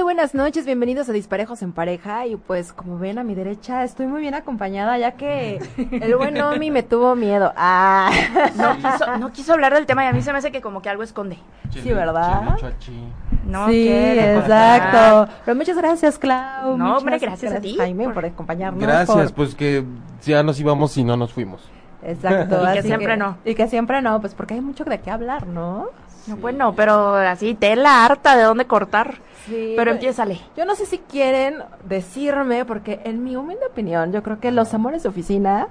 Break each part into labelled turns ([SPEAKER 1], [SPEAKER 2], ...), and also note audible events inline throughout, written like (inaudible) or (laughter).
[SPEAKER 1] buenas noches, bienvenidos a Disparejos en Pareja y pues como ven a mi derecha estoy muy bien acompañada ya
[SPEAKER 2] (laughs)
[SPEAKER 1] que el buen Omi me tuvo miedo. Ah.
[SPEAKER 2] No quiso, no quiso hablar del tema y a mí se me hace que como que algo esconde.
[SPEAKER 1] Sí, ¿verdad? (laughs)
[SPEAKER 2] No
[SPEAKER 1] sí,
[SPEAKER 2] quiere Ah,
[SPEAKER 1] exacto. Pero muchas gracias, Clau.
[SPEAKER 2] No,
[SPEAKER 1] Muchas
[SPEAKER 2] hombre, gracias a ti
[SPEAKER 1] Jaime, por,
[SPEAKER 2] por-
[SPEAKER 1] acompañarnos. por-
[SPEAKER 3] Gracias, pues que ya nos íbamos y no nos fuimos.
[SPEAKER 1] Exacto.
[SPEAKER 2] (laughs) Y que
[SPEAKER 1] así
[SPEAKER 2] siempre no.
[SPEAKER 1] Y que siempre no, pues porque hay mucho de qué hablar, ¿no?
[SPEAKER 2] No, bueno, pero así, tela harta de dónde cortar.
[SPEAKER 1] Sí. pues,
[SPEAKER 2] Pero empiézale.
[SPEAKER 1] Yo no sé si quieren decirme, porque en mi humilde opinión, yo creo que los amores de oficina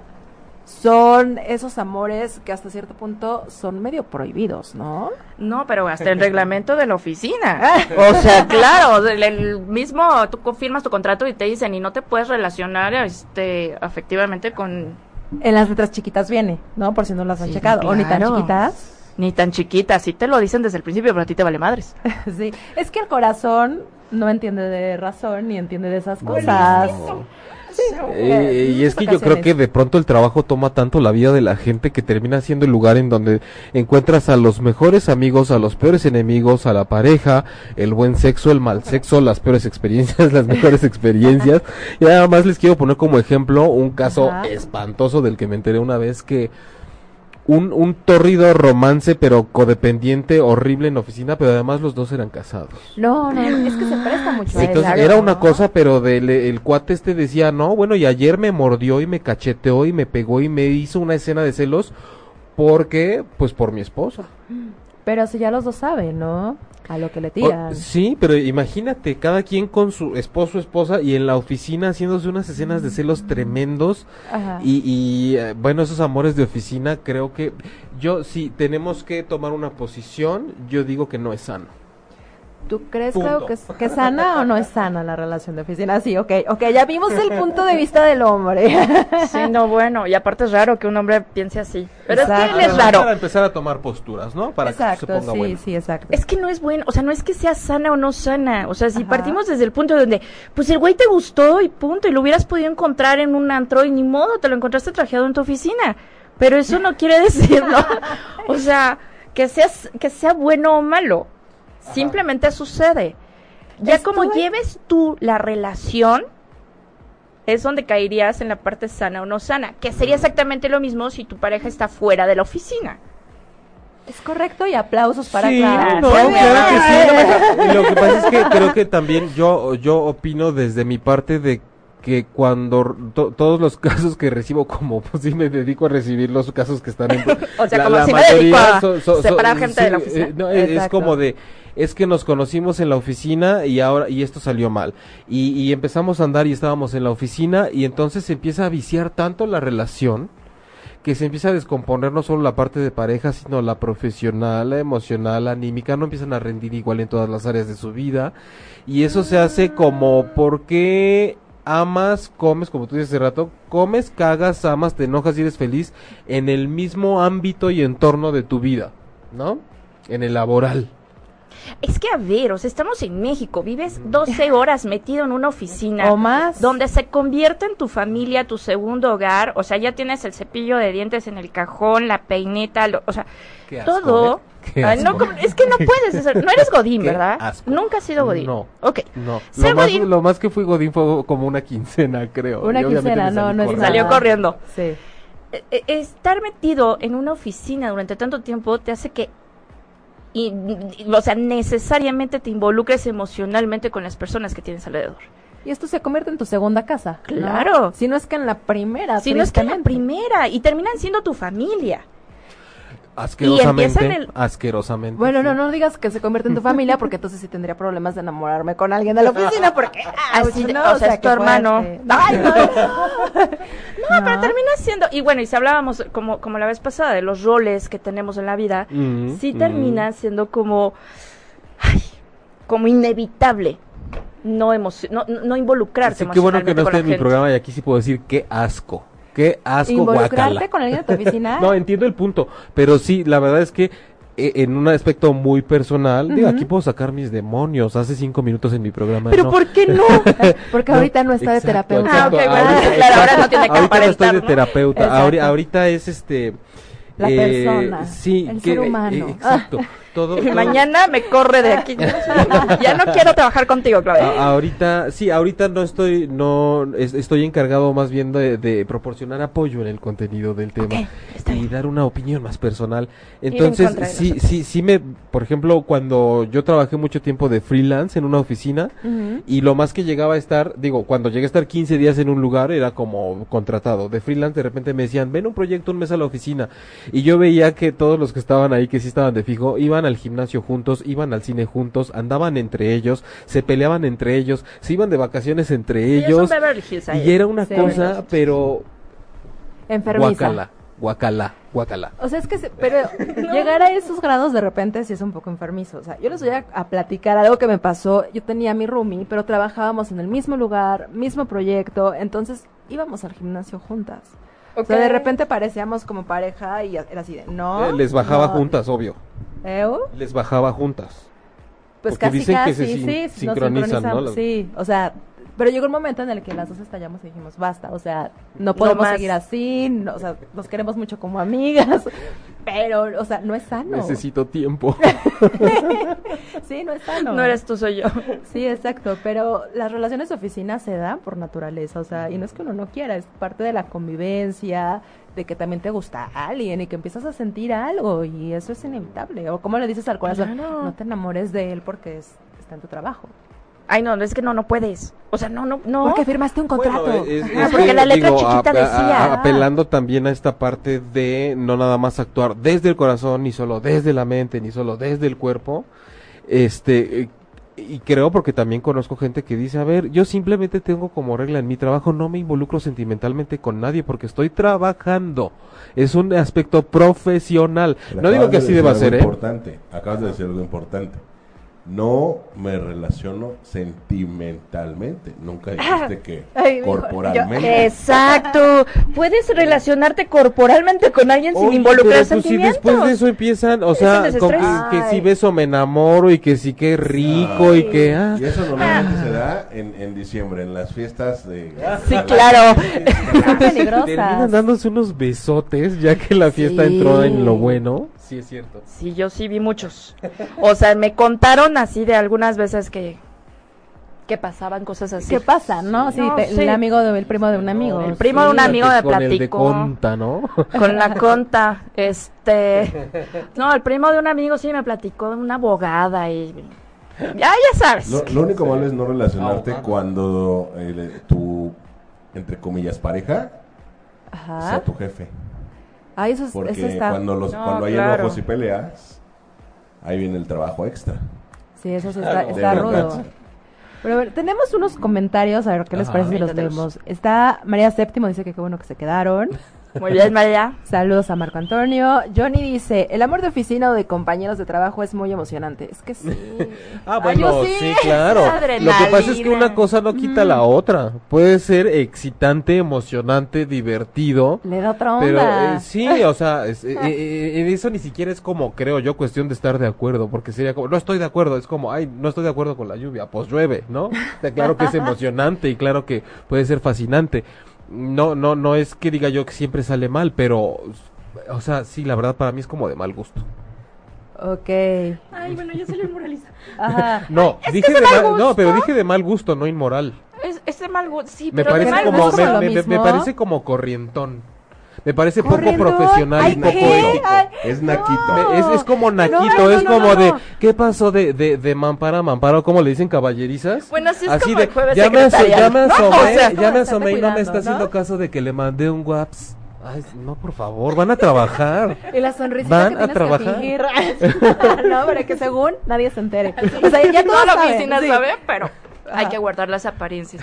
[SPEAKER 1] son esos amores que hasta cierto punto son medio prohibidos, ¿no?
[SPEAKER 2] No, pero hasta el reglamento de la oficina. O sea, (laughs) claro, el, el mismo, tú co- firmas tu contrato y te dicen, y no te puedes relacionar este, afectivamente con
[SPEAKER 1] En las letras chiquitas viene, ¿no? Por si no las han
[SPEAKER 2] Sí,
[SPEAKER 1] checado. O ni tan
[SPEAKER 2] claro.
[SPEAKER 1] chiquitas. (laughs)
[SPEAKER 2] ni tan chiquita. Así te lo dicen desde el principio, pero a ti te vale madres.
[SPEAKER 1] Sí. Es que el corazón no entiende de razón ni entiende de esas cosas. Sí,
[SPEAKER 3] Eh,
[SPEAKER 1] en
[SPEAKER 3] y
[SPEAKER 1] muchas
[SPEAKER 3] es que yo creo
[SPEAKER 1] ocasiones.
[SPEAKER 3] que de pronto el trabajo toma tanto la vida de la gente que termina siendo el lugar en donde encuentras a los mejores amigos, a los peores enemigos, a la pareja, el buen sexo, el mal sexo, las peores experiencias, (laughs) las mejores experiencias. Y nada más les quiero poner como ejemplo un caso
[SPEAKER 1] Ajá.
[SPEAKER 3] espantoso del que me enteré una vez que un, un tórrido romance pero codependiente horrible en oficina, pero además los dos eran casados.
[SPEAKER 1] No, no, es que se presta mucho. a
[SPEAKER 3] Entonces
[SPEAKER 1] eso,
[SPEAKER 3] era
[SPEAKER 1] ¿no?
[SPEAKER 3] una cosa, pero del el cuate este decía, no, bueno, y ayer me mordió y me cacheteó y me pegó y me hizo una escena de celos porque, pues por mi esposa.
[SPEAKER 1] Pero si ya los dos saben, ¿no? A lo que le
[SPEAKER 3] O-
[SPEAKER 1] tiran.
[SPEAKER 3] sí, pero imagínate, cada quien con su esposo, esposa y en la oficina haciéndose unas escenas de celos tremendos
[SPEAKER 1] Ajá.
[SPEAKER 3] y, y, eh, bueno, esos amores de oficina creo que yo, si tenemos que tomar una posición, yo digo que no es sano.
[SPEAKER 1] ¿Tú crees,
[SPEAKER 3] Punto.
[SPEAKER 1] Clau, que, es, que es sana o no es sana la relación de oficina? Sí, ok, ok, ya vimos el
[SPEAKER 3] (laughs)
[SPEAKER 1] punto de vista del hombre.
[SPEAKER 2] Sí, no, bueno, y aparte es raro que un hombre piense así. Pero es
[SPEAKER 1] Exacto.
[SPEAKER 2] que él es
[SPEAKER 1] Además,
[SPEAKER 2] raro.
[SPEAKER 3] Ah, Para empezar a tomar posturas, ¿no?
[SPEAKER 1] (laughs)
[SPEAKER 3] Para
[SPEAKER 1] exacto,
[SPEAKER 3] que se ponga
[SPEAKER 1] sí,
[SPEAKER 3] bueno.
[SPEAKER 1] sí, exacto.
[SPEAKER 2] Es que no es bueno, o sea, no es que sea sana o no sana. O sea, si
[SPEAKER 1] Ajá.
[SPEAKER 2] partimos desde el punto donde, pues el güey te gustó y punto, y lo hubieras podido encontrar en un antro y ni modo, te lo encontraste trajeado en tu oficina. Pero eso no quiere decir, ¿no? o sea, que, seas, que sea bueno o malo. Simplemente sucede. Ya como
[SPEAKER 1] Estuve-
[SPEAKER 2] lleves tú la relación, es donde caerías en la parte sana o no sana, que sería exactamente lo mismo si tu pareja está fuera de la oficina.
[SPEAKER 1] Es correcto y aplausos para
[SPEAKER 3] sí,
[SPEAKER 1] Clau.
[SPEAKER 3] no,
[SPEAKER 1] Muy
[SPEAKER 3] claro
[SPEAKER 1] bien.
[SPEAKER 3] que sí, no me- Lo que pasa es que creo que también yo, yo opino desde mi parte de que cuando r- to- todos los casos que recibo, como pues sí me dedico a recibir los casos que están en...
[SPEAKER 2] O sea, como si me dedico a separar gente de la oficina.
[SPEAKER 3] eh, no, es, es
[SPEAKER 1] Exacto.
[SPEAKER 3] como de, es que nos conocimos en la oficina y ahora, y esto salió mal. Y, y empezamos a andar y estábamos en la oficina y entonces se empieza a viciar tanto la relación que se empieza a descomponer no solo la parte de pareja, sino la profesional, la emocional, la anímica, no empiezan a rendir igual en todas las áreas de su vida. Y eso se hace como porque amas, comes, como tú dices hace rato, comes, cagas, amas, te enojas y eres feliz en el mismo ámbito y entorno de tu vida, ¿no? En el laboral.
[SPEAKER 2] Es que a ver, o sea, estamos en México, vives
[SPEAKER 1] (laughs)
[SPEAKER 2] 12 horas metido en una oficina.
[SPEAKER 1] O más.
[SPEAKER 2] Donde se convierte en tu familia, tu segundo hogar, o sea, ya tienes el cepillo de dientes en el cajón, la peineta, lo- o sea,
[SPEAKER 3] Qué asco,
[SPEAKER 2] todo.
[SPEAKER 3] ¿eh? Qué
[SPEAKER 2] Ay, no,
[SPEAKER 3] asco.
[SPEAKER 2] como- es
[SPEAKER 3] (laughs)
[SPEAKER 2] que no puedes hacer, no eres Godín,
[SPEAKER 3] Qué
[SPEAKER 2] ¿verdad?
[SPEAKER 3] asco.
[SPEAKER 2] Nunca has sido Godín.
[SPEAKER 3] No.
[SPEAKER 2] Ok.
[SPEAKER 3] No,
[SPEAKER 2] Ser
[SPEAKER 3] lo más,
[SPEAKER 2] Godín-
[SPEAKER 3] lo más que fui Godín fue como una quincena, creo.
[SPEAKER 1] Una
[SPEAKER 3] y obviamente
[SPEAKER 1] quincena, no,
[SPEAKER 3] me salí
[SPEAKER 1] no es
[SPEAKER 2] corriendo.
[SPEAKER 1] nada.
[SPEAKER 2] Salió corriendo.
[SPEAKER 1] Sí.
[SPEAKER 2] Eh, eh, estar metido en una oficina durante tanto tiempo te hace que y, y- o sea, necesariamente te involucres emocionalmente con las personas que tienes alrededor.
[SPEAKER 1] Y esto se convierte en tu segunda casa. ¿no?
[SPEAKER 2] Claro.
[SPEAKER 1] Si no es que en la primera.
[SPEAKER 2] Si no Ah, es que la
[SPEAKER 1] tristemente.
[SPEAKER 2] primera y terminan siendo tu familia.
[SPEAKER 3] Asquerosamente.
[SPEAKER 2] Y empiezan el-
[SPEAKER 3] Asquerosamente.
[SPEAKER 1] Bueno,
[SPEAKER 3] sí.
[SPEAKER 1] no, no digas que se convierte en tu familia porque entonces sí tendría problemas de enamorarme con alguien de la oficina porque... ah,
[SPEAKER 2] Así de-
[SPEAKER 1] no,
[SPEAKER 2] o sea, es tu
[SPEAKER 1] qué
[SPEAKER 2] hermano. (laughs)
[SPEAKER 1] fuerte. Ay, no, pues,
[SPEAKER 2] No, pero termina siendo y bueno, y si hablábamos como como la vez pasada de los roles que tenemos en la vida,
[SPEAKER 3] Mm,
[SPEAKER 2] sí
[SPEAKER 3] mm.
[SPEAKER 2] termina siendo como ay, como inevitable no emocio- no, no- no involucrarte
[SPEAKER 3] Sí, qué bueno que
[SPEAKER 2] emocionalmente
[SPEAKER 3] no
[SPEAKER 2] con
[SPEAKER 3] esté
[SPEAKER 2] la
[SPEAKER 3] en mi
[SPEAKER 2] gente.
[SPEAKER 3] programa y aquí sí puedo decir qué asco. Qué asco,
[SPEAKER 1] Involucrarte
[SPEAKER 3] guacala.
[SPEAKER 1] (laughs)
[SPEAKER 2] Ah.
[SPEAKER 1] con alguien de tu oficina.
[SPEAKER 3] No, entiendo el punto, pero sí, la verdad es que eh, en un aspecto muy personal, digo, aquí puedo sacar mis demonios, hace cinco minutos en mi programa.
[SPEAKER 2] Pero
[SPEAKER 3] no.
[SPEAKER 2] ¿por qué
[SPEAKER 3] (laughs)
[SPEAKER 2] no?
[SPEAKER 1] Porque ahorita no está de
[SPEAKER 3] Exacto,
[SPEAKER 1] terapeuta.
[SPEAKER 2] Ah, ok,
[SPEAKER 3] exacto,
[SPEAKER 2] bueno, (laughs)
[SPEAKER 3] ahorita-
[SPEAKER 2] claro, ahora no tiene que
[SPEAKER 3] Ahorita no estoy
[SPEAKER 2] aparentar,
[SPEAKER 3] de
[SPEAKER 2] ¿no?
[SPEAKER 3] terapeuta,
[SPEAKER 1] Exacto.
[SPEAKER 3] ahori- ahorita es este...
[SPEAKER 1] La persona,
[SPEAKER 3] sí,
[SPEAKER 1] el
[SPEAKER 3] que- eh,
[SPEAKER 1] ser humano.
[SPEAKER 3] exacto. Todo,
[SPEAKER 2] Ah. (laughs) Y
[SPEAKER 3] todo-
[SPEAKER 2] mañana me corre de
[SPEAKER 3] (laughs)
[SPEAKER 2] aquí. Ya no quiero trabajar contigo, Claudia.
[SPEAKER 3] A- ahorita, sí, ahorita no estoy, no, es- estoy encargado más bien de, de proporcionar apoyo en el contenido del tema
[SPEAKER 2] Ok, está
[SPEAKER 3] y
[SPEAKER 2] bien.
[SPEAKER 3] dar una opinión más personal.
[SPEAKER 2] en
[SPEAKER 3] Entonces,
[SPEAKER 2] contra de
[SPEAKER 3] sí,
[SPEAKER 2] nosotros.
[SPEAKER 3] sí, sí me, por ejemplo, cuando yo trabajé mucho tiempo de freelance en una oficina
[SPEAKER 1] Ah, Ujú.
[SPEAKER 3] y lo más que llegaba a estar, digo, cuando llegué a estar 15 días en un lugar era como contratado de freelance, de repente me decían, ven un proyecto un mes a la oficina y yo veía que todos los que estaban ahí, que sí estaban de fijo, iban al gimnasio juntos, iban al cine juntos, andaban entre ellos, se peleaban entre ellos, se iban de vacaciones entre
[SPEAKER 2] Sí, es un
[SPEAKER 3] ellos
[SPEAKER 2] Beverly Hills ahí.
[SPEAKER 3] y era una
[SPEAKER 1] Sí.
[SPEAKER 3] cosa, pero
[SPEAKER 1] Enfermiza.
[SPEAKER 3] guacala, guacala, guacala.
[SPEAKER 1] O sea, es que, se- (laughs) pero llegar a esos grados de repente sí es un poco enfermizo. O sea, yo les voy a, a platicar algo que me pasó. Yo tenía mi roomie, pero trabajábamos en el mismo lugar, mismo proyecto, entonces íbamos al gimnasio juntas. O sea, de repente parecíamos como pareja y era así de, no.
[SPEAKER 3] Eh, Les bajaba
[SPEAKER 1] no, ¿Eh, oh?
[SPEAKER 3] juntas, obvio.
[SPEAKER 1] ¿eu?
[SPEAKER 3] Les bajaba juntas.
[SPEAKER 1] Pues
[SPEAKER 3] Porque
[SPEAKER 1] casi,
[SPEAKER 3] dicen que
[SPEAKER 1] casi,
[SPEAKER 3] se
[SPEAKER 1] sí,
[SPEAKER 3] sin-
[SPEAKER 1] nos
[SPEAKER 3] sincronizan, ¿no?
[SPEAKER 1] sincronizamos,
[SPEAKER 3] Las-
[SPEAKER 1] Sí, o sea, pero llegó un momento en el que las dos estallamos y dijimos, basta, o sea, no podemos
[SPEAKER 2] más.
[SPEAKER 1] seguir así, no, o sea, nos queremos mucho como
[SPEAKER 2] (laughs)
[SPEAKER 1] amigas, pero, o sea, no es sano.
[SPEAKER 3] Necesito tiempo.
[SPEAKER 1] Sí, no es sano.
[SPEAKER 2] No eres tú, soy yo.
[SPEAKER 1] Sí, exacto, pero las relaciones de oficina se dan por naturaleza, o sea, y no es que uno no quiera, es parte de la convivencia, de que también te gusta alguien y que empiezas a sentir algo y eso es inevitable. O como le dices al corazón,
[SPEAKER 2] Claro.
[SPEAKER 1] no te enamores de él porque es- está en tu trabajo.
[SPEAKER 2] (laughs) Ay, no, es que no, no puedes. O sea, no, no, no.
[SPEAKER 1] Porque firmaste un contrato.
[SPEAKER 3] (laughs) Bueno, eh, es- es
[SPEAKER 2] Ah, porque
[SPEAKER 3] que,
[SPEAKER 2] la letra
[SPEAKER 3] digo,
[SPEAKER 2] chiquita decía. ah.
[SPEAKER 3] apelando también a esta parte de no nada más actuar desde el corazón, ni solo desde la mente, ni solo desde el cuerpo. Este, eh, y creo porque también conozco gente que dice, a ver, yo simplemente tengo como regla en mi trabajo, no me involucro sentimentalmente con nadie porque estoy trabajando. Es un aspecto profesional.
[SPEAKER 4] Pero
[SPEAKER 3] No
[SPEAKER 4] acabas
[SPEAKER 3] digo que
[SPEAKER 4] de
[SPEAKER 3] así
[SPEAKER 4] decir
[SPEAKER 3] deba
[SPEAKER 4] algo
[SPEAKER 3] ser, ¿eh?
[SPEAKER 4] Importante. Acabas de decir algo importante. No me relaciono sentimentalmente. Nunca dijiste que
[SPEAKER 2] Ay, dijo, yo-
[SPEAKER 4] corporalmente.
[SPEAKER 2] exacto. Puedes relacionarte corporalmente con alguien sin
[SPEAKER 3] Oye,
[SPEAKER 2] involucrar
[SPEAKER 3] pero, pues, si
[SPEAKER 2] sentimientos.
[SPEAKER 3] después de eso empiezan, o
[SPEAKER 2] Es
[SPEAKER 3] sea,
[SPEAKER 2] un
[SPEAKER 3] con que,
[SPEAKER 2] desestrés.
[SPEAKER 3] que
[SPEAKER 1] Ay.
[SPEAKER 3] si beso me enamoro y que sí que rico y que ah,
[SPEAKER 4] Y eso normalmente se da en, en diciembre, en las fiestas de...
[SPEAKER 2] Ah, Sí,
[SPEAKER 3] (laughs)
[SPEAKER 2] claro.
[SPEAKER 1] Son
[SPEAKER 3] Pues Terminan
[SPEAKER 1] peligrosas.
[SPEAKER 3] dándose unos besotes ya que la fiesta
[SPEAKER 1] Sí.
[SPEAKER 3] entró en lo bueno. Sí, es cierto.
[SPEAKER 2] Sí, yo sí vi muchos. O sea, me contaron así de algunas veces que, que pasaban cosas así.
[SPEAKER 1] ¿Qué pasa, no? Sí,
[SPEAKER 2] No,
[SPEAKER 1] te-
[SPEAKER 2] sí.
[SPEAKER 1] el amigo de- el primo de un amigo.
[SPEAKER 2] El primo de un amigo me
[SPEAKER 3] Con el de
[SPEAKER 2] platicó.
[SPEAKER 3] conta, ¿no?
[SPEAKER 2] Con (laughs) la conta, este. No, el primo de un amigo sí me platicó de una abogada y. Ya, ya sabes.
[SPEAKER 4] Lo, lo único malo es no relacionarte
[SPEAKER 3] Ahogado.
[SPEAKER 4] cuando eh, le- tu, entre comillas, pareja
[SPEAKER 1] Ajá.
[SPEAKER 4] sea tu jefe.
[SPEAKER 1] Ah, eso, es-
[SPEAKER 4] Porque
[SPEAKER 1] eso está.
[SPEAKER 4] cuando, los,
[SPEAKER 2] No,
[SPEAKER 4] cuando hay
[SPEAKER 2] claro.
[SPEAKER 4] enojos y peleas, ahí viene el trabajo extra.
[SPEAKER 1] Sí, eso sí está,
[SPEAKER 4] De
[SPEAKER 1] está
[SPEAKER 4] verdad.
[SPEAKER 1] rudo. Pero a ver, tenemos unos comentarios, a ver qué les
[SPEAKER 3] Ajá.
[SPEAKER 1] parece si
[SPEAKER 2] Ahí
[SPEAKER 1] los
[SPEAKER 2] tenemos.
[SPEAKER 1] leemos. Está María Séptimo, dice que qué bueno que se quedaron.
[SPEAKER 2] Muy bien, María.
[SPEAKER 1] Saludos a Marco Antonio. Johnny dice, el amor de oficina o de compañeros de trabajo es muy emocionante. Es que sí.
[SPEAKER 3] Ah,
[SPEAKER 1] Ay, yo
[SPEAKER 3] bueno, sí, claro. Lo
[SPEAKER 2] Adrenalina.
[SPEAKER 3] que pasa es que una cosa no quita la otra. Puede ser excitante, emocionante, divertido.
[SPEAKER 1] Le da otra
[SPEAKER 3] Pero
[SPEAKER 1] onda.
[SPEAKER 3] eh, sí, o sea, es- eh, eh, eh, eso ni siquiera es como, creo yo, cuestión de estar de acuerdo, porque sería como, no estoy de acuerdo, es como, ay, no estoy de acuerdo con la lluvia, pues llueve, ¿no? O sea, claro que es emocionante y claro que puede ser fascinante. No, no, no es que diga yo que siempre sale mal, pero, o sea, sí, la verdad para mí es como de mal gusto.
[SPEAKER 1] Ok.
[SPEAKER 2] Ay, bueno, yo soy el moralista.
[SPEAKER 1] Ajá.
[SPEAKER 3] No,
[SPEAKER 2] es que
[SPEAKER 3] dije
[SPEAKER 2] es
[SPEAKER 3] de
[SPEAKER 2] de mal
[SPEAKER 3] mal- no, pero
[SPEAKER 2] gusto.
[SPEAKER 3] dije de mal gusto, no inmoral.
[SPEAKER 2] Es, es de mal gusto. Sí,
[SPEAKER 3] Me
[SPEAKER 2] pero de
[SPEAKER 3] parece
[SPEAKER 2] mal
[SPEAKER 1] mal
[SPEAKER 3] como,
[SPEAKER 1] gusto
[SPEAKER 3] me,
[SPEAKER 1] es lo
[SPEAKER 3] me- me- me
[SPEAKER 1] mismo.
[SPEAKER 3] parece como corrientón. Me parece poco
[SPEAKER 1] Corrientón.
[SPEAKER 3] profesional
[SPEAKER 1] Ay,
[SPEAKER 3] y poco
[SPEAKER 1] ¿qué?
[SPEAKER 3] ético.
[SPEAKER 1] Ay,
[SPEAKER 4] Es naquito.
[SPEAKER 3] Me- es, es como naquito,
[SPEAKER 1] no,
[SPEAKER 3] es
[SPEAKER 1] no,
[SPEAKER 3] como
[SPEAKER 1] no,
[SPEAKER 3] de,
[SPEAKER 1] no.
[SPEAKER 3] ¿qué pasó de, de, de mampara a mampara? ¿Cómo le dicen caballerizas?
[SPEAKER 2] Bueno, así es como el jueves
[SPEAKER 3] ya me, aso-
[SPEAKER 2] secretarial,
[SPEAKER 3] ya me
[SPEAKER 2] ¿no?
[SPEAKER 3] asomé,
[SPEAKER 2] O sea,
[SPEAKER 3] ya
[SPEAKER 1] estate
[SPEAKER 3] me asomé y no me
[SPEAKER 1] cuidando,
[SPEAKER 3] está haciendo
[SPEAKER 1] ¿no?
[SPEAKER 3] caso de que le mandé un WhatsApp. Ay, no, por favor, van a trabajar.
[SPEAKER 2] (laughs)
[SPEAKER 1] Y la sonrisita
[SPEAKER 3] Van
[SPEAKER 1] que
[SPEAKER 3] a
[SPEAKER 1] tienes
[SPEAKER 3] trabajar.
[SPEAKER 1] que
[SPEAKER 3] (laughs)
[SPEAKER 1] fingir. no, para que según nadie se entere. O sea, ya todos
[SPEAKER 2] Toda la
[SPEAKER 1] saben,
[SPEAKER 2] oficina
[SPEAKER 1] sí.
[SPEAKER 2] sabe, pero hay
[SPEAKER 1] Ajá.
[SPEAKER 2] que guardar las apariencias.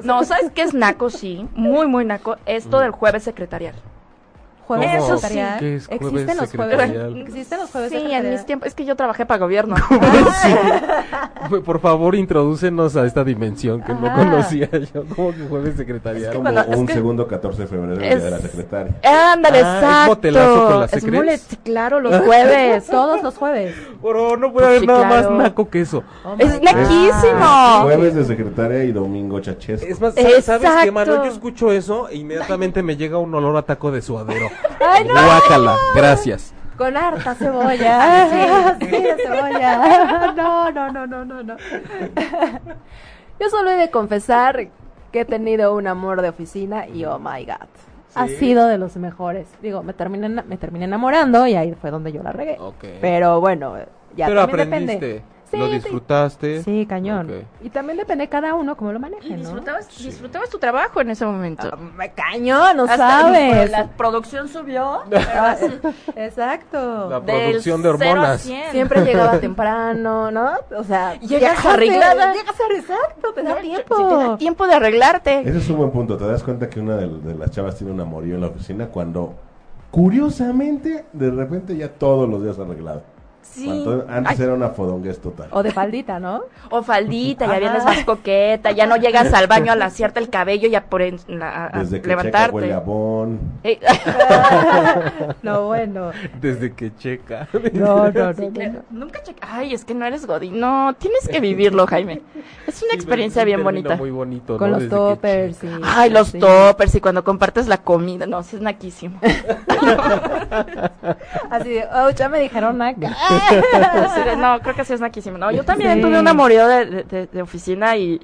[SPEAKER 2] (laughs)
[SPEAKER 3] (laughs) Mm.
[SPEAKER 2] No, ¿sabes qué es naco? Sí, muy, muy naco. Esto del jueves secretarial.
[SPEAKER 1] jueves
[SPEAKER 2] ¿Cómo? Eso sí.
[SPEAKER 1] secretarial?
[SPEAKER 3] ¿Qué es jueves
[SPEAKER 1] ¿Existen los
[SPEAKER 3] secretarial?
[SPEAKER 1] jueves? ¿Existen los jueves
[SPEAKER 2] Sí, en
[SPEAKER 1] secretarial?
[SPEAKER 2] mis tiempos. Es que yo trabajé para gobierno.
[SPEAKER 3] Sí. Por favor, introdúcenos a esta dimensión que no
[SPEAKER 1] Ajá.
[SPEAKER 3] conocía yo. Como que jueves secretaria.
[SPEAKER 4] Como
[SPEAKER 2] cuando- es
[SPEAKER 4] un
[SPEAKER 2] que-
[SPEAKER 4] segundo 14 de febrero, el día
[SPEAKER 2] Es-
[SPEAKER 4] de la secretaria.
[SPEAKER 2] Ándale,
[SPEAKER 3] (laughs) Ah, es
[SPEAKER 2] exacto.
[SPEAKER 3] motelazo con las
[SPEAKER 2] Es
[SPEAKER 3] secrets.
[SPEAKER 2] molet- claro, los
[SPEAKER 3] (laughs)
[SPEAKER 2] jueves.
[SPEAKER 1] Todos los jueves.
[SPEAKER 3] Bro,
[SPEAKER 2] Pues
[SPEAKER 3] no puede haber
[SPEAKER 2] sí,
[SPEAKER 3] nada
[SPEAKER 2] claro.
[SPEAKER 3] más naco que eso.
[SPEAKER 1] Oh my
[SPEAKER 2] Es
[SPEAKER 1] God.
[SPEAKER 2] naquísimo.
[SPEAKER 4] Jueves de secretaria y domingo chachesco.
[SPEAKER 3] Es más, ¿sabes, ¿sabes qué,
[SPEAKER 2] Exacto.
[SPEAKER 3] mano? Yo escucho eso e inmediatamente me llega un olor a taco de suadero.
[SPEAKER 1] (laughs) Ay, no.
[SPEAKER 3] Guácala, gracias.
[SPEAKER 1] Con
[SPEAKER 3] (laughs)
[SPEAKER 1] harta cebolla. Sí, sí, la cebolla. (laughs) No, no, no, no, no, (laughs) no. Yo solo he de confesar que he tenido un amor de oficina y oh my god. Ha sido de los mejores. Digo, me terminé, ena- me terminé enamorando y ahí fue donde yo la regué.
[SPEAKER 3] Ok.
[SPEAKER 1] Pero bueno, ya
[SPEAKER 3] Pero
[SPEAKER 1] también
[SPEAKER 3] aprendiste,
[SPEAKER 1] depende.
[SPEAKER 3] lo
[SPEAKER 1] Sí,
[SPEAKER 3] disfrutaste.
[SPEAKER 1] Sí, cañón.
[SPEAKER 3] Ok.
[SPEAKER 1] Y también depende cada uno cómo lo maneje,
[SPEAKER 2] Y
[SPEAKER 1] ¿no?
[SPEAKER 2] disfrutabas, disfrutabas tu trabajo en ese momento.
[SPEAKER 1] Cañón, no
[SPEAKER 2] Hasta-
[SPEAKER 1] sabes.
[SPEAKER 2] La producción subió.
[SPEAKER 1] Ah, Exacto.
[SPEAKER 3] La producción de hormonas. (laughs)
[SPEAKER 1] Siempre llegaba temprano, ¿no? O sea,
[SPEAKER 2] Llegas arreglada.
[SPEAKER 1] Llegas a exacto, te da tiempo.
[SPEAKER 2] tiempo de arreglarte.
[SPEAKER 4] Ese es un buen punto. Te das cuenta que una de, de las chavas tiene un amorío en la oficina cuando, curiosamente, de repente ya todos los días arreglado. Cuando antes era una fodonguez total.
[SPEAKER 1] O de faldita, (laughs) ¿no?
[SPEAKER 2] O faldita, ya vienes
[SPEAKER 1] Ajá.
[SPEAKER 2] más coqueta, ya no llegas al baño a laciarte el cabello y a, por en- la- a- a
[SPEAKER 4] Desde que Checa huele a
[SPEAKER 2] levantarte.
[SPEAKER 4] bon.
[SPEAKER 2] Eh, (laughs)
[SPEAKER 1] No, bueno.
[SPEAKER 3] (laughs) Desde
[SPEAKER 1] (laughs)
[SPEAKER 3] que checa.
[SPEAKER 1] No, no,
[SPEAKER 2] sí,
[SPEAKER 1] no.
[SPEAKER 2] claro. Nunca checa- Ay, es que no eres Godín. No, tienes que vivirlo, Jaime. Es una
[SPEAKER 3] Sí,
[SPEAKER 2] experiencia
[SPEAKER 3] pero es
[SPEAKER 2] bien
[SPEAKER 3] un término
[SPEAKER 2] bonita.
[SPEAKER 3] Muy bonito,
[SPEAKER 1] Con
[SPEAKER 3] ¿no?
[SPEAKER 1] los
[SPEAKER 3] Desde que
[SPEAKER 1] toppers.
[SPEAKER 3] checa.
[SPEAKER 1] sí.
[SPEAKER 2] Ay, los
[SPEAKER 1] Sí.
[SPEAKER 2] toppers y cuando compartes la comida. No, sí
[SPEAKER 1] (laughs)
[SPEAKER 2] es naquísimo.
[SPEAKER 1] Así de, oh, ya me dijeron (laughs) acá.
[SPEAKER 2] Así de, no, creo que sí es naquísimo. No, yo también
[SPEAKER 1] Sí.
[SPEAKER 2] tuve un amorío de, de- de- de oficina y,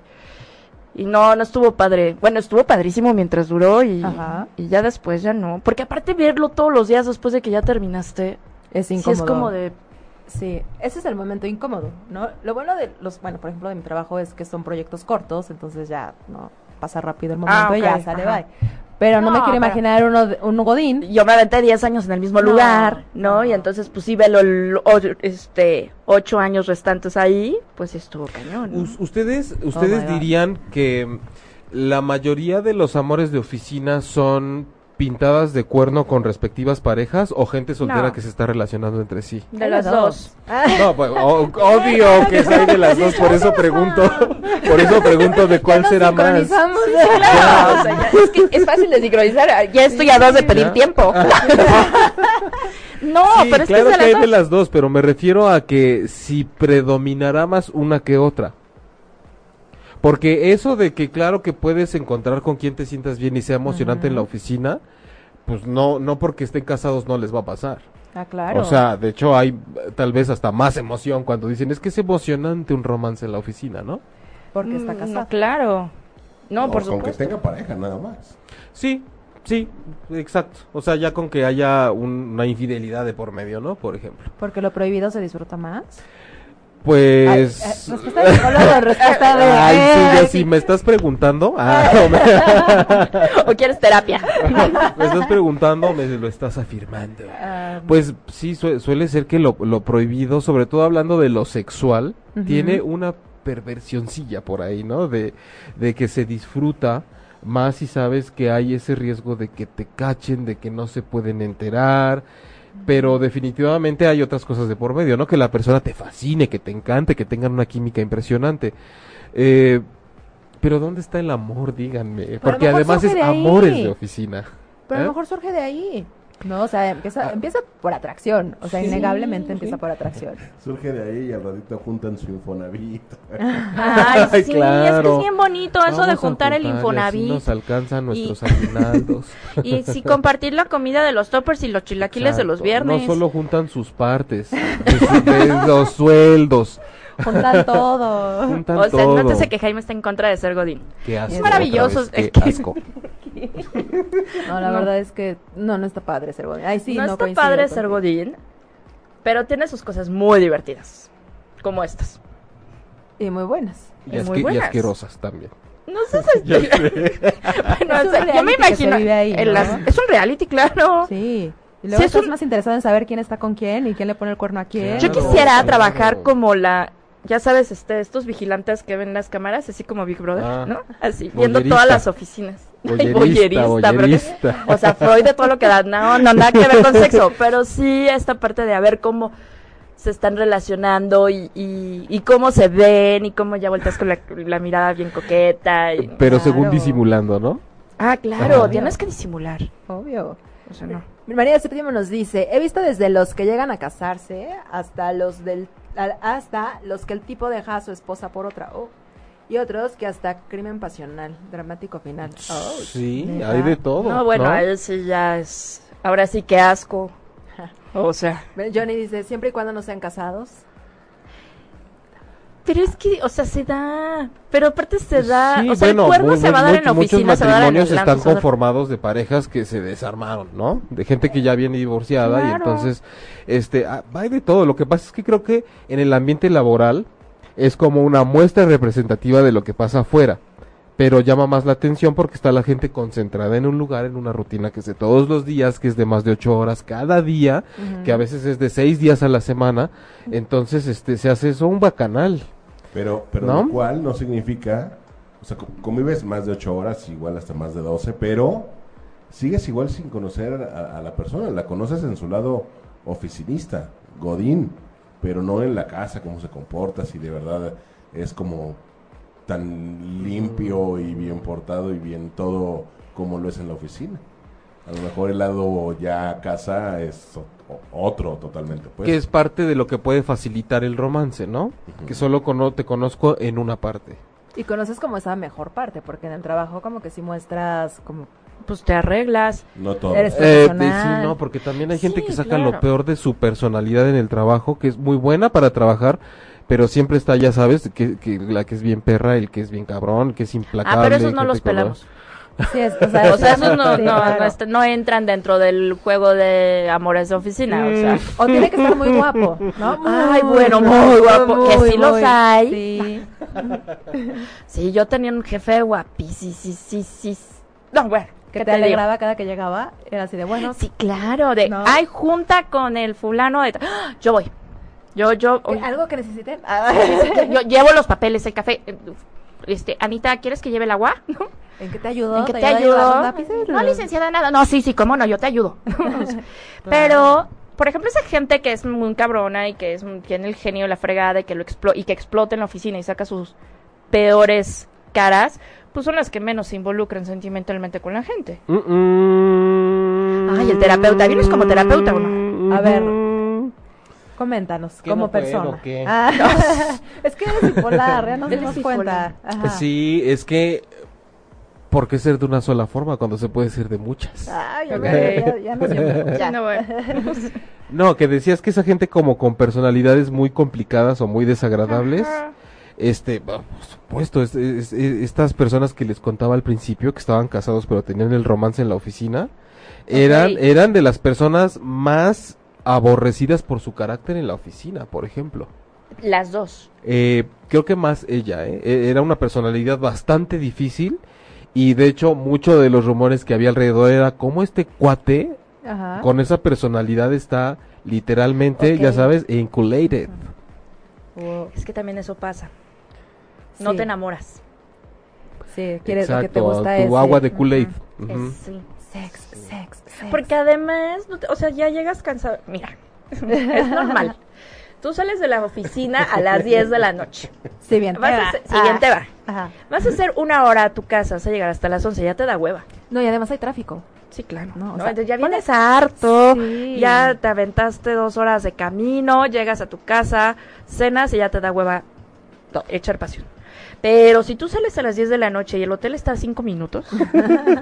[SPEAKER 2] y no, no estuvo padre. Bueno, estuvo padrísimo mientras duró y,
[SPEAKER 1] Ajá.
[SPEAKER 2] y ya después ya no. Porque aparte verlo todos los días después de que ya terminaste,
[SPEAKER 1] Es
[SPEAKER 2] sí
[SPEAKER 1] incómodo.
[SPEAKER 2] es como de...
[SPEAKER 1] Sí, ese es el momento incómodo, ¿no? Lo bueno de los, bueno, por ejemplo, de mi trabajo es que son proyectos cortos, entonces ya, ¿no? Pasa rápido el momento
[SPEAKER 2] Ah,
[SPEAKER 1] y ya
[SPEAKER 2] ok,
[SPEAKER 1] sale,
[SPEAKER 2] ajá.
[SPEAKER 1] bye. Pero no, me
[SPEAKER 2] No,
[SPEAKER 1] quiero
[SPEAKER 2] pero-
[SPEAKER 1] imaginar uno, de- un godín.
[SPEAKER 2] Yo me aventé 10 años en el mismo
[SPEAKER 1] No.
[SPEAKER 2] lugar, ¿no? Y entonces, pues sí, velo el o- este, 8 años restantes ahí, pues sí estuvo cañón. ¿no?
[SPEAKER 3] Us- ustedes ustedes
[SPEAKER 1] Oh, my God.
[SPEAKER 3] dirían que la mayoría de los amores de oficina son pintadas de cuerno con respectivas parejas o gente soltera
[SPEAKER 2] No.
[SPEAKER 3] que se está relacionando entre sí.
[SPEAKER 2] De las dos.
[SPEAKER 3] No, pues o- obvio que es hay de las dos, por eso pregunto, por eso pregunto de cuál será más.
[SPEAKER 1] (laughs) Sincronizamos.
[SPEAKER 3] (laughs)
[SPEAKER 2] Claro, Ah, o sea, ya- es (laughs) que es fácil de sincronizar. ah, Ya estoy a dos de pedir
[SPEAKER 3] Ya.
[SPEAKER 2] tiempo. (laughs) no,
[SPEAKER 3] Sí,
[SPEAKER 2] pero es
[SPEAKER 3] claro
[SPEAKER 2] Ah. que es de
[SPEAKER 3] que
[SPEAKER 2] las
[SPEAKER 3] hay de
[SPEAKER 2] dos.
[SPEAKER 3] las dos, pero me refiero a que si predominará más una que otra. Porque eso de que claro que puedes encontrar con quien te sientas bien y sea emocionante en la oficina, pues no no porque estén casados no les va a pasar.
[SPEAKER 1] Ah, claro.
[SPEAKER 3] O sea, de hecho hay eh, tal vez hasta más emoción cuando dicen, es que es emocionante un romance en la oficina, ¿no?
[SPEAKER 1] porque está
[SPEAKER 2] Mm,
[SPEAKER 1] casado.
[SPEAKER 2] No, claro. No,
[SPEAKER 4] O
[SPEAKER 2] por
[SPEAKER 4] con que
[SPEAKER 2] supuesto.
[SPEAKER 4] tenga pareja, nada más.
[SPEAKER 3] Sí, sí, exacto. O sea, ya con que haya un- una infidelidad de por medio, ¿no? Por ejemplo.
[SPEAKER 1] Porque lo prohibido se disfruta más.
[SPEAKER 3] Pues...
[SPEAKER 1] Ay, eh, respuesta de psicólogo, respuesta
[SPEAKER 3] (laughs)
[SPEAKER 1] de.
[SPEAKER 3] Ay, sí,
[SPEAKER 1] eh,
[SPEAKER 3] ya
[SPEAKER 1] ay,
[SPEAKER 3] sí, me estás preguntando. Ah, (laughs) no, me,
[SPEAKER 2] ¿O quieres terapia?
[SPEAKER 3] me estás preguntando, me lo estás afirmando.
[SPEAKER 1] Ah,
[SPEAKER 3] Pues sí, sue- suele ser que lo, lo prohibido, sobre todo hablando de lo sexual,
[SPEAKER 1] Ujú.
[SPEAKER 3] tiene una perversioncilla por ahí, ¿no? De, de que se disfruta más si sabes que hay ese riesgo de que te cachen, de que no se pueden enterar. Pero definitivamente hay otras cosas de por medio, ¿no? Que la persona te fascine, que te encante, que tengan una química impresionante. Eh, pero ¿dónde está el amor? Díganme. Porque
[SPEAKER 1] mejor
[SPEAKER 3] además
[SPEAKER 1] surge
[SPEAKER 3] es
[SPEAKER 1] de ahí.
[SPEAKER 3] amores de oficina.
[SPEAKER 1] Pero a
[SPEAKER 3] ¿eh?
[SPEAKER 1] lo mejor surge de ahí. No, o sea, empieza,
[SPEAKER 3] Ah.
[SPEAKER 1] empieza por atracción. O sea,
[SPEAKER 4] Sí,
[SPEAKER 1] innegablemente
[SPEAKER 4] sí.
[SPEAKER 1] empieza por
[SPEAKER 3] (laughs)
[SPEAKER 1] atracción.
[SPEAKER 4] Surge de ahí y al ratito juntan su Infonavit.
[SPEAKER 2] Ay,
[SPEAKER 3] (laughs) Ay,
[SPEAKER 2] sí, es que
[SPEAKER 3] claro.
[SPEAKER 2] es bien bonito eso de
[SPEAKER 3] Vamos a
[SPEAKER 2] juntar el
[SPEAKER 3] juntar y así
[SPEAKER 2] Infonavit
[SPEAKER 3] (laughs) nos alcanzan nuestros
[SPEAKER 2] (laughs)
[SPEAKER 3] aguinaldos.
[SPEAKER 2] y sí compartir la comida de los toppers y los chilaquiles de los
[SPEAKER 3] Exacto.
[SPEAKER 2] viernes.
[SPEAKER 3] No solo juntan sus partes, de su- de los sueldos.
[SPEAKER 1] Juntan
[SPEAKER 3] (laughs)
[SPEAKER 1] todo.
[SPEAKER 3] Juntan
[SPEAKER 2] (laughs) o sea,
[SPEAKER 3] todo.
[SPEAKER 2] no te sé que Jaime está en contra de ser Godín.
[SPEAKER 3] Qué asco,
[SPEAKER 1] Es
[SPEAKER 2] maravilloso,
[SPEAKER 3] otra
[SPEAKER 2] (laughs)
[SPEAKER 3] vez,
[SPEAKER 2] es
[SPEAKER 3] qué
[SPEAKER 2] que-
[SPEAKER 3] asco.
[SPEAKER 1] No, la
[SPEAKER 2] No.
[SPEAKER 1] verdad es que no, no está padre ser godín. Ay, sí,
[SPEAKER 2] no,
[SPEAKER 1] no,
[SPEAKER 2] está
[SPEAKER 1] coincido
[SPEAKER 2] padre
[SPEAKER 1] contigo.
[SPEAKER 2] ser Godín, pero tiene sus cosas muy divertidas, como estas.
[SPEAKER 1] Y muy buenas.
[SPEAKER 3] Y,
[SPEAKER 2] Es
[SPEAKER 3] asque-
[SPEAKER 2] muy
[SPEAKER 3] y
[SPEAKER 2] buenas.
[SPEAKER 3] asquerosas también.
[SPEAKER 2] No sé
[SPEAKER 3] (laughs)
[SPEAKER 2] si... (laughs) bueno,
[SPEAKER 1] Es un
[SPEAKER 2] o sea, yo
[SPEAKER 1] reality que
[SPEAKER 2] me
[SPEAKER 1] se
[SPEAKER 2] imagino...
[SPEAKER 1] vive ahí,
[SPEAKER 2] en
[SPEAKER 1] ¿no?
[SPEAKER 2] las- Es un reality, claro.
[SPEAKER 1] Sí. Y luego
[SPEAKER 2] Sí, es
[SPEAKER 1] estás
[SPEAKER 2] un-
[SPEAKER 1] más interesado en saber quién está con quién y quién le pone el cuerno a quién.
[SPEAKER 2] Yo
[SPEAKER 3] Claro,
[SPEAKER 2] quisiera
[SPEAKER 3] claro.
[SPEAKER 2] trabajar como la, ya sabes, este, estos vigilantes que ven las cámaras, así como Big Brother,
[SPEAKER 3] Ah.
[SPEAKER 2] ¿no? Así, viendo
[SPEAKER 3] Voyerista.
[SPEAKER 2] todas las oficinas. (laughs) Ay,
[SPEAKER 3] Bollerista,
[SPEAKER 2] bollerista, pero que-
[SPEAKER 3] bollerista.
[SPEAKER 2] o sea, Freud de todo lo que da, no, no, nada que ver con
[SPEAKER 3] (laughs)
[SPEAKER 2] sexo, pero sí esta parte de a ver cómo se están relacionando y, y, y cómo se ven y cómo ya volteas con la, la mirada bien coqueta. y-
[SPEAKER 3] Pero según
[SPEAKER 1] Claro.
[SPEAKER 3] disimulando, ¿no?
[SPEAKER 2] Ah, claro,
[SPEAKER 1] Ajá.
[SPEAKER 2] tienes que disimular.
[SPEAKER 1] Obvio.
[SPEAKER 2] O sea, no.
[SPEAKER 1] Mi María Séptimo nos dice, he visto desde los que llegan a casarse hasta los del al- hasta los que el tipo deja a su esposa por otra. Oh. Y otros que hasta crimen pasional, dramático final. Oh.
[SPEAKER 3] sí,
[SPEAKER 1] ¿neta?
[SPEAKER 3] hay de todo.
[SPEAKER 2] No, bueno,
[SPEAKER 3] ¿no?
[SPEAKER 2] ahí sí ya es. Ahora sí que asco. O sea.
[SPEAKER 1] Ve, Johnny dice, siempre y cuando no sean casados.
[SPEAKER 2] Pero es que, o sea, se da. Pero aparte se da.
[SPEAKER 3] Sí,
[SPEAKER 2] o sea,
[SPEAKER 3] bueno,
[SPEAKER 2] el cuerno
[SPEAKER 3] mu-
[SPEAKER 2] se va a dar
[SPEAKER 3] mu-
[SPEAKER 2] en la
[SPEAKER 3] muchos
[SPEAKER 2] oficina, se va a dar en
[SPEAKER 3] matrimonios
[SPEAKER 2] el
[SPEAKER 3] están
[SPEAKER 2] antro, se va a dar-
[SPEAKER 3] conformados de parejas que se desarmaron, ¿no? De gente que ya viene divorciada y
[SPEAKER 2] Claro.
[SPEAKER 3] entonces, este, ah, hay de todo. Lo que pasa es que creo que en el ambiente laboral es como una muestra representativa de lo que pasa afuera. Pero llama más la atención porque está la gente concentrada en un lugar, en una rutina que es de todos los días, que es de más de ocho horas cada día, que a veces es de seis días a la semana. Entonces, este, se hace eso un bacanal.
[SPEAKER 4] Pero, pero
[SPEAKER 3] ¿No?
[SPEAKER 4] lo cual no significa, o sea, co- convives más de 8 horas, igual hasta más de 12, pero sigues igual sin conocer a, a la persona, la conoces en su lado oficinista, godín, pero no en la casa, cómo se comporta, si de verdad es como tan limpio y bien portado y bien todo como lo es en la oficina. A lo mejor el lado ya casa es o- o- otro totalmente. Pues.
[SPEAKER 3] que es parte de lo que puede facilitar el romance, ¿no? Que solo cono- te conozco en una parte.
[SPEAKER 1] Y conoces como esa mejor parte, porque en el trabajo como que si muestras como...
[SPEAKER 2] Pues te arreglas.
[SPEAKER 4] No todo.
[SPEAKER 1] Eres-
[SPEAKER 3] Eh, de- sí,
[SPEAKER 1] profesional.
[SPEAKER 3] no, porque también hay gente
[SPEAKER 2] Sí,
[SPEAKER 3] que saca lo
[SPEAKER 2] claro.
[SPEAKER 3] peor de su personalidad en el trabajo, que es muy buena para trabajar, pero siempre está, ya sabes, que, que la que es bien perra, el que es bien cabrón, el que es implacable.
[SPEAKER 2] Ah, pero esos no
[SPEAKER 3] que
[SPEAKER 2] los
[SPEAKER 3] te conoce.
[SPEAKER 2] pelamos.
[SPEAKER 1] Sí, es- o
[SPEAKER 2] O sea, esos no,
[SPEAKER 1] sí,
[SPEAKER 2] no,
[SPEAKER 1] claro.
[SPEAKER 2] no, est- no entran dentro del juego de amores de oficina. O sea,
[SPEAKER 1] Mm. O tiene que estar muy guapo, ¿no? Muy,
[SPEAKER 2] Ay, bueno, muy guapo, que sí los hay. Ah,
[SPEAKER 1] Sí.
[SPEAKER 2] sí, yo tenía un jefe guapísimo. Sí, sí, sí, sí. No, bueno,
[SPEAKER 1] Que
[SPEAKER 2] ¿qué
[SPEAKER 1] te,
[SPEAKER 2] digo?
[SPEAKER 1] alegraba cada que llegaba. Era así de, bueno,
[SPEAKER 2] Sí, claro, de
[SPEAKER 1] No.
[SPEAKER 2] ay, junta con el fulano de ta- ¡Ah! yo voy.
[SPEAKER 1] (laughs)
[SPEAKER 2] Yo yo
[SPEAKER 1] ¿que- algo que
[SPEAKER 2] (laughs)
[SPEAKER 1] necesiten.
[SPEAKER 2] yo llevo los papeles, el café. eh, Este, Anita, ¿quieres que lleve el agua?
[SPEAKER 1] ¿En qué te ayudó?
[SPEAKER 2] ¿En qué te
[SPEAKER 1] ayudó a llevar un
[SPEAKER 2] ayudo?
[SPEAKER 1] lápiz?
[SPEAKER 2] No, licenciada, nada. No, sí, sí, cómo no, yo te ayudo. (laughs) Pero, por ejemplo, esa gente que es muy cabrona y que es, tiene el genio de la fregada y que, lo explo- y que explota en la oficina y saca sus peores caras, pues son las que menos se involucran sentimentalmente con la gente.
[SPEAKER 3] Mm, mm.
[SPEAKER 2] Ay, el terapeuta. ¿Vienes como terapeuta o no?
[SPEAKER 1] A ver. Coméntanos,
[SPEAKER 3] ¿Que
[SPEAKER 1] como
[SPEAKER 3] no puedo,
[SPEAKER 1] persona.
[SPEAKER 3] qué?
[SPEAKER 1] Ah, (laughs) es que eres bipolar, ya nos
[SPEAKER 2] Eres
[SPEAKER 1] dimos
[SPEAKER 2] bipolar.
[SPEAKER 1] cuenta. Ajá.
[SPEAKER 3] Pues Sí, es que, ¿por qué ser de una sola forma cuando se puede ser de muchas?
[SPEAKER 1] Ay, ya,
[SPEAKER 3] Ok.
[SPEAKER 1] me- ya, ya nos
[SPEAKER 3] (laughs)
[SPEAKER 1] dimos
[SPEAKER 2] Ya.
[SPEAKER 1] ya.
[SPEAKER 2] No, bueno.
[SPEAKER 3] No, que decías que esa gente como con personalidades muy complicadas o muy desagradables, este, bah, por supuesto, es- es- es- estas personas que les contaba al principio que estaban casados pero tenían el romance en la oficina, eran,
[SPEAKER 2] Ok.
[SPEAKER 3] eran de las personas más aborrecidas por su carácter en la oficina, por ejemplo.
[SPEAKER 2] Las dos.
[SPEAKER 3] Eh, creo que más ella, ¿eh? E- Era una personalidad bastante difícil y de hecho mucho de los rumores que había alrededor era cómo este cuate
[SPEAKER 1] Ajá.
[SPEAKER 3] con esa personalidad está literalmente, ya
[SPEAKER 2] Ok.
[SPEAKER 3] sabes, inculated.
[SPEAKER 1] Wow.
[SPEAKER 2] Es que también eso pasa. No
[SPEAKER 1] Sí,
[SPEAKER 2] te enamoras.
[SPEAKER 1] Sí, quieres que te
[SPEAKER 3] Exacto,
[SPEAKER 1] gusta
[SPEAKER 3] tu
[SPEAKER 1] ese.
[SPEAKER 3] agua de Kool-Aid. Ujú.
[SPEAKER 2] Es- sí.
[SPEAKER 1] Sex, sex, sex.
[SPEAKER 2] Porque además, no te- o sea, ya llegas cansado. Mira, (laughs) es normal. Tú sales de la oficina a las 10 de la noche.
[SPEAKER 1] Siguiente
[SPEAKER 2] Vas a
[SPEAKER 1] va.
[SPEAKER 2] hacer- siguiente
[SPEAKER 1] Ah,
[SPEAKER 2] va.
[SPEAKER 1] Ajá.
[SPEAKER 2] Vas a hacer una hora a tu casa, vas a llegar hasta las 11, ya te da hueva.
[SPEAKER 1] No, y además hay tráfico.
[SPEAKER 2] Sí, claro.
[SPEAKER 1] No,
[SPEAKER 2] No,
[SPEAKER 1] o sea,
[SPEAKER 2] Entonces ya vienes harto,
[SPEAKER 1] Sí.
[SPEAKER 2] ya te aventaste dos horas de camino, llegas a tu casa, cenas y ya te da hueva to- echar pasión. Pero si tú sales a las 10 de la noche y el hotel está a 5 (laughs) minutos,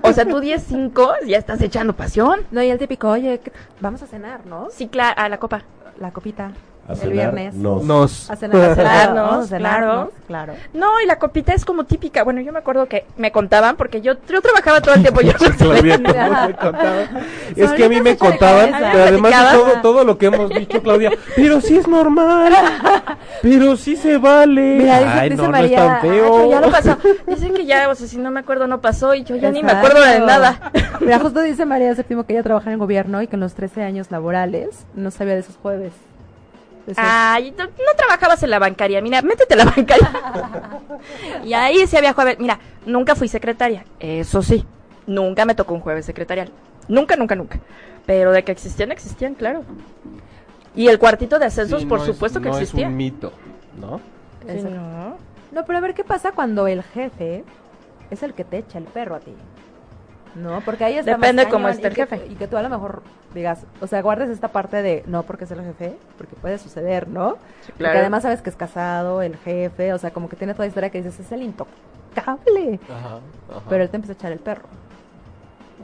[SPEAKER 2] o sea, tú 10, 5, ya estás echando pasión.
[SPEAKER 1] No, y el típico, oye, ¿qué- vamos a cenar, ¿no?
[SPEAKER 2] Sí, claro, a la copa.
[SPEAKER 1] La copita.
[SPEAKER 4] A
[SPEAKER 1] el
[SPEAKER 4] cenar,
[SPEAKER 1] viernes.
[SPEAKER 4] nos-
[SPEAKER 3] Nos.
[SPEAKER 1] A
[SPEAKER 3] (laughs)
[SPEAKER 1] cenar, a
[SPEAKER 2] (laughs) Cenarnos,
[SPEAKER 1] cenar, a cenarnos, claro.
[SPEAKER 2] No, y la copita es como típica. Bueno, yo me acuerdo que me contaban porque yo, yo trabajaba todo el tiempo.
[SPEAKER 3] (laughs)
[SPEAKER 2] Yo no (laughs)
[SPEAKER 3] Claudia,
[SPEAKER 2] sabía.
[SPEAKER 3] ¿cómo
[SPEAKER 1] Ajá.
[SPEAKER 3] te contaban? Es que a mí
[SPEAKER 1] Solitas
[SPEAKER 3] me
[SPEAKER 1] echan de
[SPEAKER 3] contaban,
[SPEAKER 1] cabeza.
[SPEAKER 3] pero además de
[SPEAKER 2] Platicabas.
[SPEAKER 3] todo, todo lo que hemos dicho, Claudia, pero sí
[SPEAKER 2] (laughs)
[SPEAKER 3] es normal, pero sí se vale.
[SPEAKER 1] Mira, dice-
[SPEAKER 3] Ay,
[SPEAKER 1] dice
[SPEAKER 3] no,
[SPEAKER 1] María,
[SPEAKER 3] no es tan
[SPEAKER 1] ay,
[SPEAKER 3] feo.
[SPEAKER 2] Pero ya
[SPEAKER 3] (laughs)
[SPEAKER 2] no pasó. Dicen que ya, o sea, si no me acuerdo, no pasó. Y yo Pues ya ni me
[SPEAKER 1] Exacto.
[SPEAKER 2] acuerdo de nada.
[SPEAKER 1] (laughs) Mira, justo dice María Séptimo que ella trabaja en el gobierno y que en los 13 años laborales no sabía de esos jueves. De esos-
[SPEAKER 2] Ay, no, no trabajabas en la bancaria. Mira, métete a la (laughs) bancaria. y ahí se había jueves. Mira, nunca fui secretaria. Eso sí. Nunca me tocó un jueves secretarial. Nunca, nunca, nunca. Pero de que existían, existían, claro. Y el cuartito de ascensos,
[SPEAKER 3] Sí,
[SPEAKER 2] por
[SPEAKER 3] no es-
[SPEAKER 2] supuesto que
[SPEAKER 3] no
[SPEAKER 2] existía.
[SPEAKER 3] Es un mito, ¿no?
[SPEAKER 2] Sí,
[SPEAKER 1] Exacto.
[SPEAKER 2] no.
[SPEAKER 1] No, pero a ver qué pasa cuando el jefe es el que te echa el perro a ti. No, porque ahí está más
[SPEAKER 2] Depende
[SPEAKER 1] cañón
[SPEAKER 2] cómo esté
[SPEAKER 1] y
[SPEAKER 2] el
[SPEAKER 1] que-
[SPEAKER 2] jefe.
[SPEAKER 1] Y que tú a lo mejor digas, o sea, guardes esta parte de no porque es el jefe, porque puede suceder, ¿no? Porque
[SPEAKER 2] claro.
[SPEAKER 1] además sabes que es casado, el jefe, o sea, como que tiene toda la historia que dices, es el intocable.
[SPEAKER 3] Ajá, ajá.
[SPEAKER 1] Pero él te empieza a echar el perro.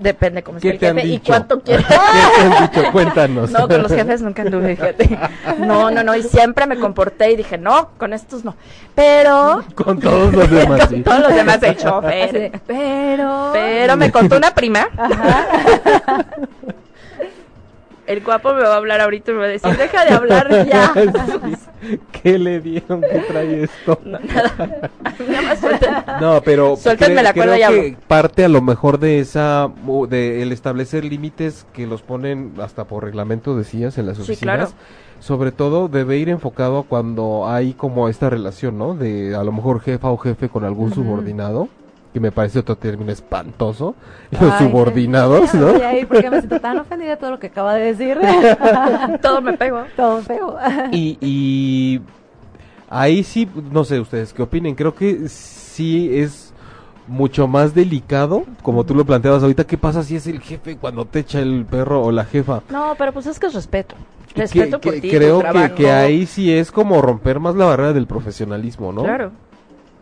[SPEAKER 2] Depende cómo esté
[SPEAKER 3] ¿Qué
[SPEAKER 2] el
[SPEAKER 3] te han
[SPEAKER 2] jefe y
[SPEAKER 3] dicho?
[SPEAKER 2] cuánto
[SPEAKER 3] (laughs)
[SPEAKER 2] quiere.
[SPEAKER 3] ¿Qué te han dicho? Cuéntanos.
[SPEAKER 2] No, con los jefes nunca anduve, fíjate. (laughs) No, no, no, y siempre me comporté y dije, no, con estos no. Pero
[SPEAKER 3] (laughs) Con todos
[SPEAKER 2] (laughs)
[SPEAKER 3] los demás, sí.
[SPEAKER 2] todos los demás el (laughs)
[SPEAKER 1] Así de,
[SPEAKER 2] chofer.
[SPEAKER 1] pero...
[SPEAKER 2] Pero me contó una prima.
[SPEAKER 1] Ajá.
[SPEAKER 2] (laughs) El guapo me va a hablar ahorita y me va a decir, deja de
[SPEAKER 3] (laughs)
[SPEAKER 2] hablar ya. (laughs)
[SPEAKER 3] Sí. ¿Qué le dieron? ¿Qué trae esto?
[SPEAKER 2] No, nada. Nada más suelta.
[SPEAKER 3] No,
[SPEAKER 2] (laughs)
[SPEAKER 3] pero
[SPEAKER 2] Suéltenme
[SPEAKER 3] cre-
[SPEAKER 2] la cuerda
[SPEAKER 3] creo
[SPEAKER 2] y
[SPEAKER 3] que parte a lo mejor de esa mu- de el establecer límites que los ponen hasta por reglamento decías en las
[SPEAKER 2] Sí,
[SPEAKER 3] oficinas.
[SPEAKER 2] claro.
[SPEAKER 3] Sobre todo debe ir enfocado a cuando hay como esta relación, ¿no? De a lo mejor jefa o jefe con algún subordinado, que me parece otro término espantoso, (laughs) los
[SPEAKER 1] Ay, sí.
[SPEAKER 3] subordinados,
[SPEAKER 2] (laughs)
[SPEAKER 1] Ya me
[SPEAKER 3] ¿no?
[SPEAKER 1] voy a ir porque me siento tan ofendida de todo lo que acaba de decir. (laughs)
[SPEAKER 2] Todo me pegó.
[SPEAKER 1] todo feo.
[SPEAKER 3] Y, y ahí sí, no sé ustedes qué opinen, creo que sí es mucho más delicado, como tú lo planteabas ahorita, ¿qué pasa si es el jefe cuando te echa el perro o la jefa?
[SPEAKER 2] No, pero pues es que es respeto.
[SPEAKER 3] Que-
[SPEAKER 2] Respeto
[SPEAKER 3] que-
[SPEAKER 2] por ti,
[SPEAKER 3] Creo
[SPEAKER 2] tu
[SPEAKER 3] que-
[SPEAKER 2] trabajo.
[SPEAKER 3] que ahí sí es como romper más la barrera del profesionalismo, ¿no?
[SPEAKER 2] Claro.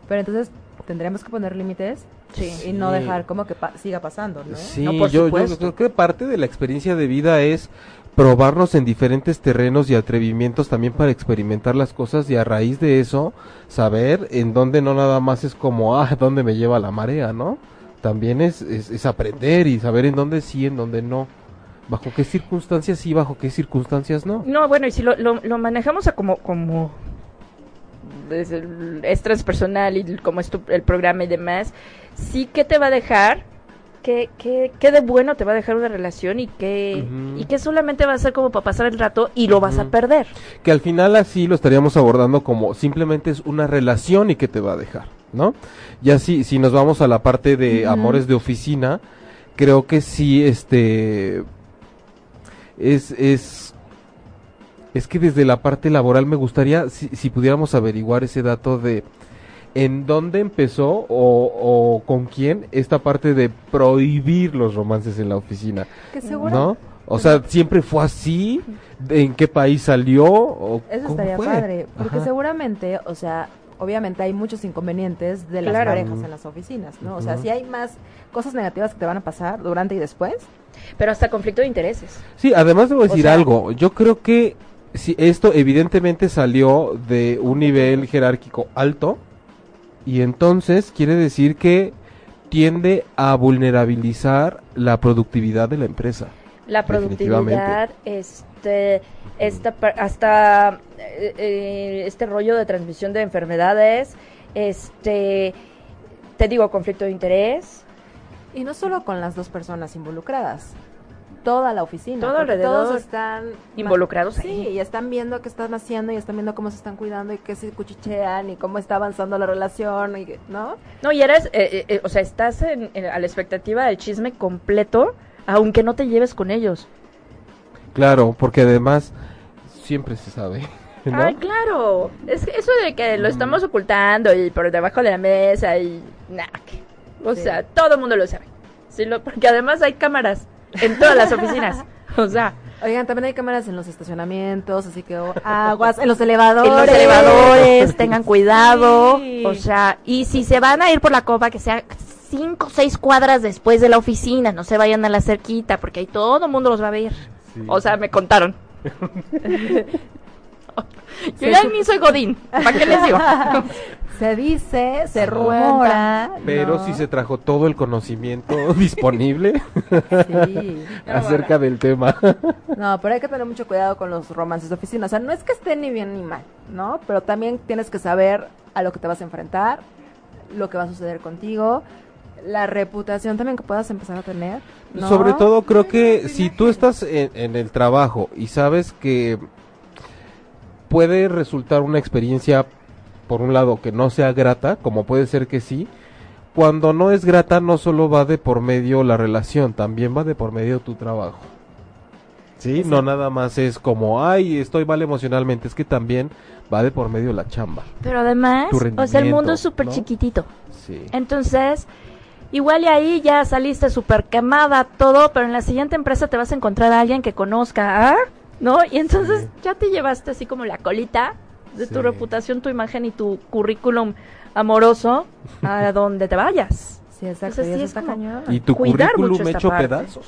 [SPEAKER 1] Pero entonces tendríamos que poner límites
[SPEAKER 2] Sí.
[SPEAKER 1] y no
[SPEAKER 3] Sí.
[SPEAKER 1] dejar como que pa- siga pasando, ¿no?
[SPEAKER 3] Sí,
[SPEAKER 2] No, por
[SPEAKER 3] yo, yo
[SPEAKER 2] supuesto.
[SPEAKER 3] creo que parte de la experiencia de vida es probarnos en diferentes terrenos y atrevimientos también para experimentar las cosas y a raíz de eso saber en dónde no nada más es como, ah, dónde me lleva la marea, ¿no? También es, es, es aprender y saber en dónde sí, en dónde no. Bajo qué circunstancias sí, bajo qué circunstancias no.
[SPEAKER 2] No, bueno, y si lo, lo, lo manejamos a como, como es, el- es transpersonal y como es tu- el programa y demás, sí que te va a dejar, que, que, que de bueno te va a dejar una relación y que,
[SPEAKER 3] Ujú.
[SPEAKER 2] y que solamente va a ser como para pasar el rato y lo vas a
[SPEAKER 3] Ujú.
[SPEAKER 2] perder.
[SPEAKER 3] que al final así lo estaríamos abordando como simplemente es una relación y que te va a dejar, ¿no? Ya si, si nos vamos a la parte de amores de oficina, creo que sí, este, es, es, es que desde la parte laboral me gustaría si, si pudiéramos averiguar ese dato de en dónde empezó o, o con quién esta parte de prohibir los romances en la oficina.
[SPEAKER 1] Que seguro.
[SPEAKER 3] ¿No? O sea, siempre fue así. ¿De ¿En qué país salió? ¿O
[SPEAKER 1] Eso
[SPEAKER 3] cómo
[SPEAKER 1] estaría
[SPEAKER 3] fue?
[SPEAKER 1] padre, porque
[SPEAKER 3] Ajá.
[SPEAKER 1] seguramente, o sea, obviamente hay muchos inconvenientes de las
[SPEAKER 2] Claro.
[SPEAKER 1] parejas en las oficinas, ¿no? O sea,
[SPEAKER 3] Ujú.
[SPEAKER 1] si hay más cosas negativas que te van a pasar durante y después,
[SPEAKER 2] Pero hasta conflicto de intereses.
[SPEAKER 3] Sí, además debo decir
[SPEAKER 2] sea-
[SPEAKER 3] algo. Yo creo que si esto evidentemente salió de un nivel jerárquico alto y entonces quiere decir que tiende a vulnerabilizar la productividad de la empresa.
[SPEAKER 2] La productividad, este, esta, par- hasta eh, eh, este rollo de transmisión de enfermedades, este, te digo, conflicto de interés.
[SPEAKER 1] y no solo con las dos personas involucradas, toda la oficina,
[SPEAKER 2] Todo
[SPEAKER 1] porque
[SPEAKER 2] alrededor.
[SPEAKER 1] todos están
[SPEAKER 2] Involucrados
[SPEAKER 1] Sí,
[SPEAKER 2] ahí.
[SPEAKER 1] y están viendo qué están haciendo y están viendo cómo se están cuidando y qué se cuchichean y cómo está avanzando la relación, y, ¿no?
[SPEAKER 2] No, y eres, eh, eh, o sea, estás en- en- a la expectativa del chisme completo, aunque no te lleves con ellos.
[SPEAKER 3] Claro, porque además siempre se sabe. (laughs) ¿no?
[SPEAKER 2] Ay, claro. Es que eso de que lo estamos ocultando y por debajo de la mesa y nada. que- O
[SPEAKER 1] Sí.
[SPEAKER 2] sea, todo el mundo lo sabe. Sí, lo- porque además hay cámaras en todas las oficinas. (laughs) O sea,
[SPEAKER 1] Oigan, también hay cámaras en los estacionamientos, así que oh, aguas, en los elevadores.
[SPEAKER 2] (laughs) en los elevadores, tengan cuidado.
[SPEAKER 1] Sí.
[SPEAKER 2] O sea, y si se van a ir por la copa, que sea cinco o seis cuadras después de la oficina. No se vayan a la cerquita, porque ahí todo el mundo los va a ver. O sea, me (laughs) contaron. Yo ya ni soy Godín. ¿Para qué les digo?
[SPEAKER 1] (laughs) Se dice, se rumora.
[SPEAKER 3] Pero
[SPEAKER 1] ¿no?
[SPEAKER 3] si se trajo todo el
[SPEAKER 1] (laughs)
[SPEAKER 3] conocimiento (laughs) disponible
[SPEAKER 1] Sí.
[SPEAKER 3] acerca del tema.
[SPEAKER 1] No, pero hay que tener mucho cuidado con los romances de oficina. O sea, no es que esté ni bien ni mal, ¿no? Pero también tienes que saber a lo que te vas a enfrentar, lo que va a suceder contigo, la reputación también que puedas empezar a tener. ¿no?
[SPEAKER 3] Sobre todo creo que si tú estás en, en el trabajo y sabes que puede resultar una experiencia, por un lado, que no sea grata, como puede ser que sí, cuando no es grata no solo va de por medio la relación, también va de por medio tu trabajo. Sí, no nada más es como, ay, estoy mal emocionalmente, es que también va de por medio la chamba.
[SPEAKER 2] (laughs) Pero además,
[SPEAKER 3] Tu
[SPEAKER 2] o sea, el mundo
[SPEAKER 3] rendimiento,
[SPEAKER 2] es súper
[SPEAKER 3] ¿no?
[SPEAKER 2] chiquitito.
[SPEAKER 3] Sí.
[SPEAKER 2] Entonces, igual y ahí ya saliste súper quemada, todo, pero en la siguiente empresa te vas a encontrar a alguien que conozca, ¿ah? ¿no? Y entonces ya te llevaste así como la colita de tu
[SPEAKER 3] Sí.
[SPEAKER 2] reputación, tu imagen y tu currículum amoroso a donde te vayas.
[SPEAKER 1] Sí, exacto.
[SPEAKER 2] Entonces
[SPEAKER 1] y
[SPEAKER 2] sí
[SPEAKER 1] eso
[SPEAKER 2] es
[SPEAKER 1] está
[SPEAKER 2] como
[SPEAKER 1] cañón.
[SPEAKER 3] Y tu
[SPEAKER 2] cuidar mucho
[SPEAKER 3] currículum
[SPEAKER 2] esta
[SPEAKER 3] hecho
[SPEAKER 2] parte.
[SPEAKER 3] pedazos.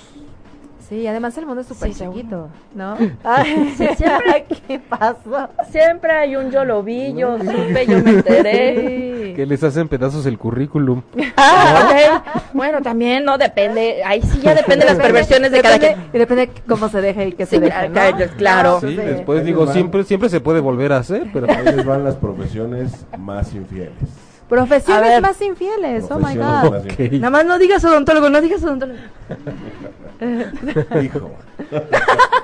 [SPEAKER 1] Sí, además el mundo es súper
[SPEAKER 2] Sí, seguro.
[SPEAKER 1] chiquito, ¿no? (laughs) Ay,
[SPEAKER 2] Sí, siempre-
[SPEAKER 1] ¿Qué pasó?
[SPEAKER 2] Siempre hay un yo lo vi,
[SPEAKER 3] (laughs)
[SPEAKER 2] yo supe, yo me enteré.
[SPEAKER 1] Sí.
[SPEAKER 3] Que les hacen pedazos el currículum.
[SPEAKER 2] Ah, ok. Bueno, también, no, depende. Ahí sí ya depende de las perversiones de cada
[SPEAKER 1] Depende-
[SPEAKER 2] quien.
[SPEAKER 1] Y depende cómo se deje y qué se
[SPEAKER 2] Sí, ah,
[SPEAKER 1] deje, ¿no? Ah,
[SPEAKER 2] claro, claro.
[SPEAKER 3] Sí,
[SPEAKER 1] Entonces,
[SPEAKER 3] después
[SPEAKER 4] Ahí
[SPEAKER 3] digo,
[SPEAKER 4] les va.
[SPEAKER 3] siempre siempre se puede volver a hacer, pero
[SPEAKER 4] Ahí les van las profesiones más infieles.
[SPEAKER 1] Profesiones
[SPEAKER 2] A ver.
[SPEAKER 1] más infieles, oh my
[SPEAKER 4] Profesiones
[SPEAKER 1] god.
[SPEAKER 4] (laughs) más
[SPEAKER 3] Ok.
[SPEAKER 4] infieles.
[SPEAKER 2] Nada más no digas odontólogo, no digas odontólogo.
[SPEAKER 4] Hijo.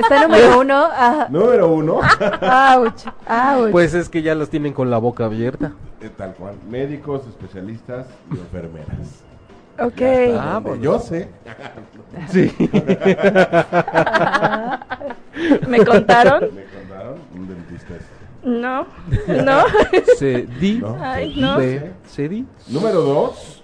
[SPEAKER 1] Está número uno. Ah,
[SPEAKER 4] Número uno. (laughs)
[SPEAKER 1] ouch, ouch.
[SPEAKER 3] pues es que ya los tienen con la boca abierta.
[SPEAKER 4] Eh, Tal cual. Médicos, especialistas y enfermeras.
[SPEAKER 2] Ok.
[SPEAKER 3] Ah,
[SPEAKER 4] Donde
[SPEAKER 3] bueno.
[SPEAKER 4] Yo sé.
[SPEAKER 3] Sí.
[SPEAKER 4] (laughs)
[SPEAKER 2] ¿Me contaron?
[SPEAKER 4] Me contaron un dentista. es-
[SPEAKER 2] No, no.
[SPEAKER 3] Se di
[SPEAKER 4] ¿no?
[SPEAKER 2] Ay,
[SPEAKER 4] Sí.
[SPEAKER 2] no.
[SPEAKER 3] de- se di.
[SPEAKER 4] Número dos.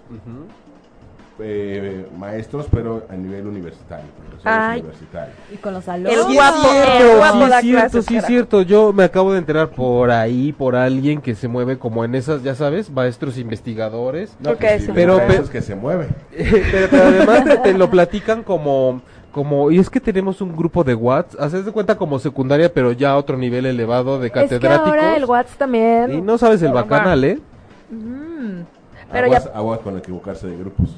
[SPEAKER 4] eh, maestros, pero a nivel universitario. profesores
[SPEAKER 2] Ay.
[SPEAKER 4] universitarios.
[SPEAKER 1] Y con los alumnos.
[SPEAKER 2] El guapo, el
[SPEAKER 3] Sí,
[SPEAKER 2] guapo
[SPEAKER 3] es
[SPEAKER 2] da
[SPEAKER 3] cierto,
[SPEAKER 2] clases,
[SPEAKER 3] sí, es
[SPEAKER 2] carajo.
[SPEAKER 3] cierto. Yo me acabo de enterar por ahí, por alguien que se mueve como en esas, ya sabes, maestros investigadores. (laughs)
[SPEAKER 4] No,
[SPEAKER 2] Ok,
[SPEAKER 4] pues sí,
[SPEAKER 2] sí.
[SPEAKER 3] Pero-
[SPEAKER 4] pero
[SPEAKER 3] pero-
[SPEAKER 4] es que se mueve.
[SPEAKER 3] pero, pero además te, te lo platican como, como, y es que tenemos un grupo de Watts, haces de cuenta como secundaria, pero ya a otro nivel elevado de
[SPEAKER 1] es que
[SPEAKER 3] catedráticos.
[SPEAKER 1] ahora el Watts también.
[SPEAKER 3] y no sabes el
[SPEAKER 2] Ahora va.
[SPEAKER 3] bacanal, ¿eh?
[SPEAKER 2] Pero
[SPEAKER 4] aguas,
[SPEAKER 2] ya-
[SPEAKER 4] aguas con equivocarse de grupos.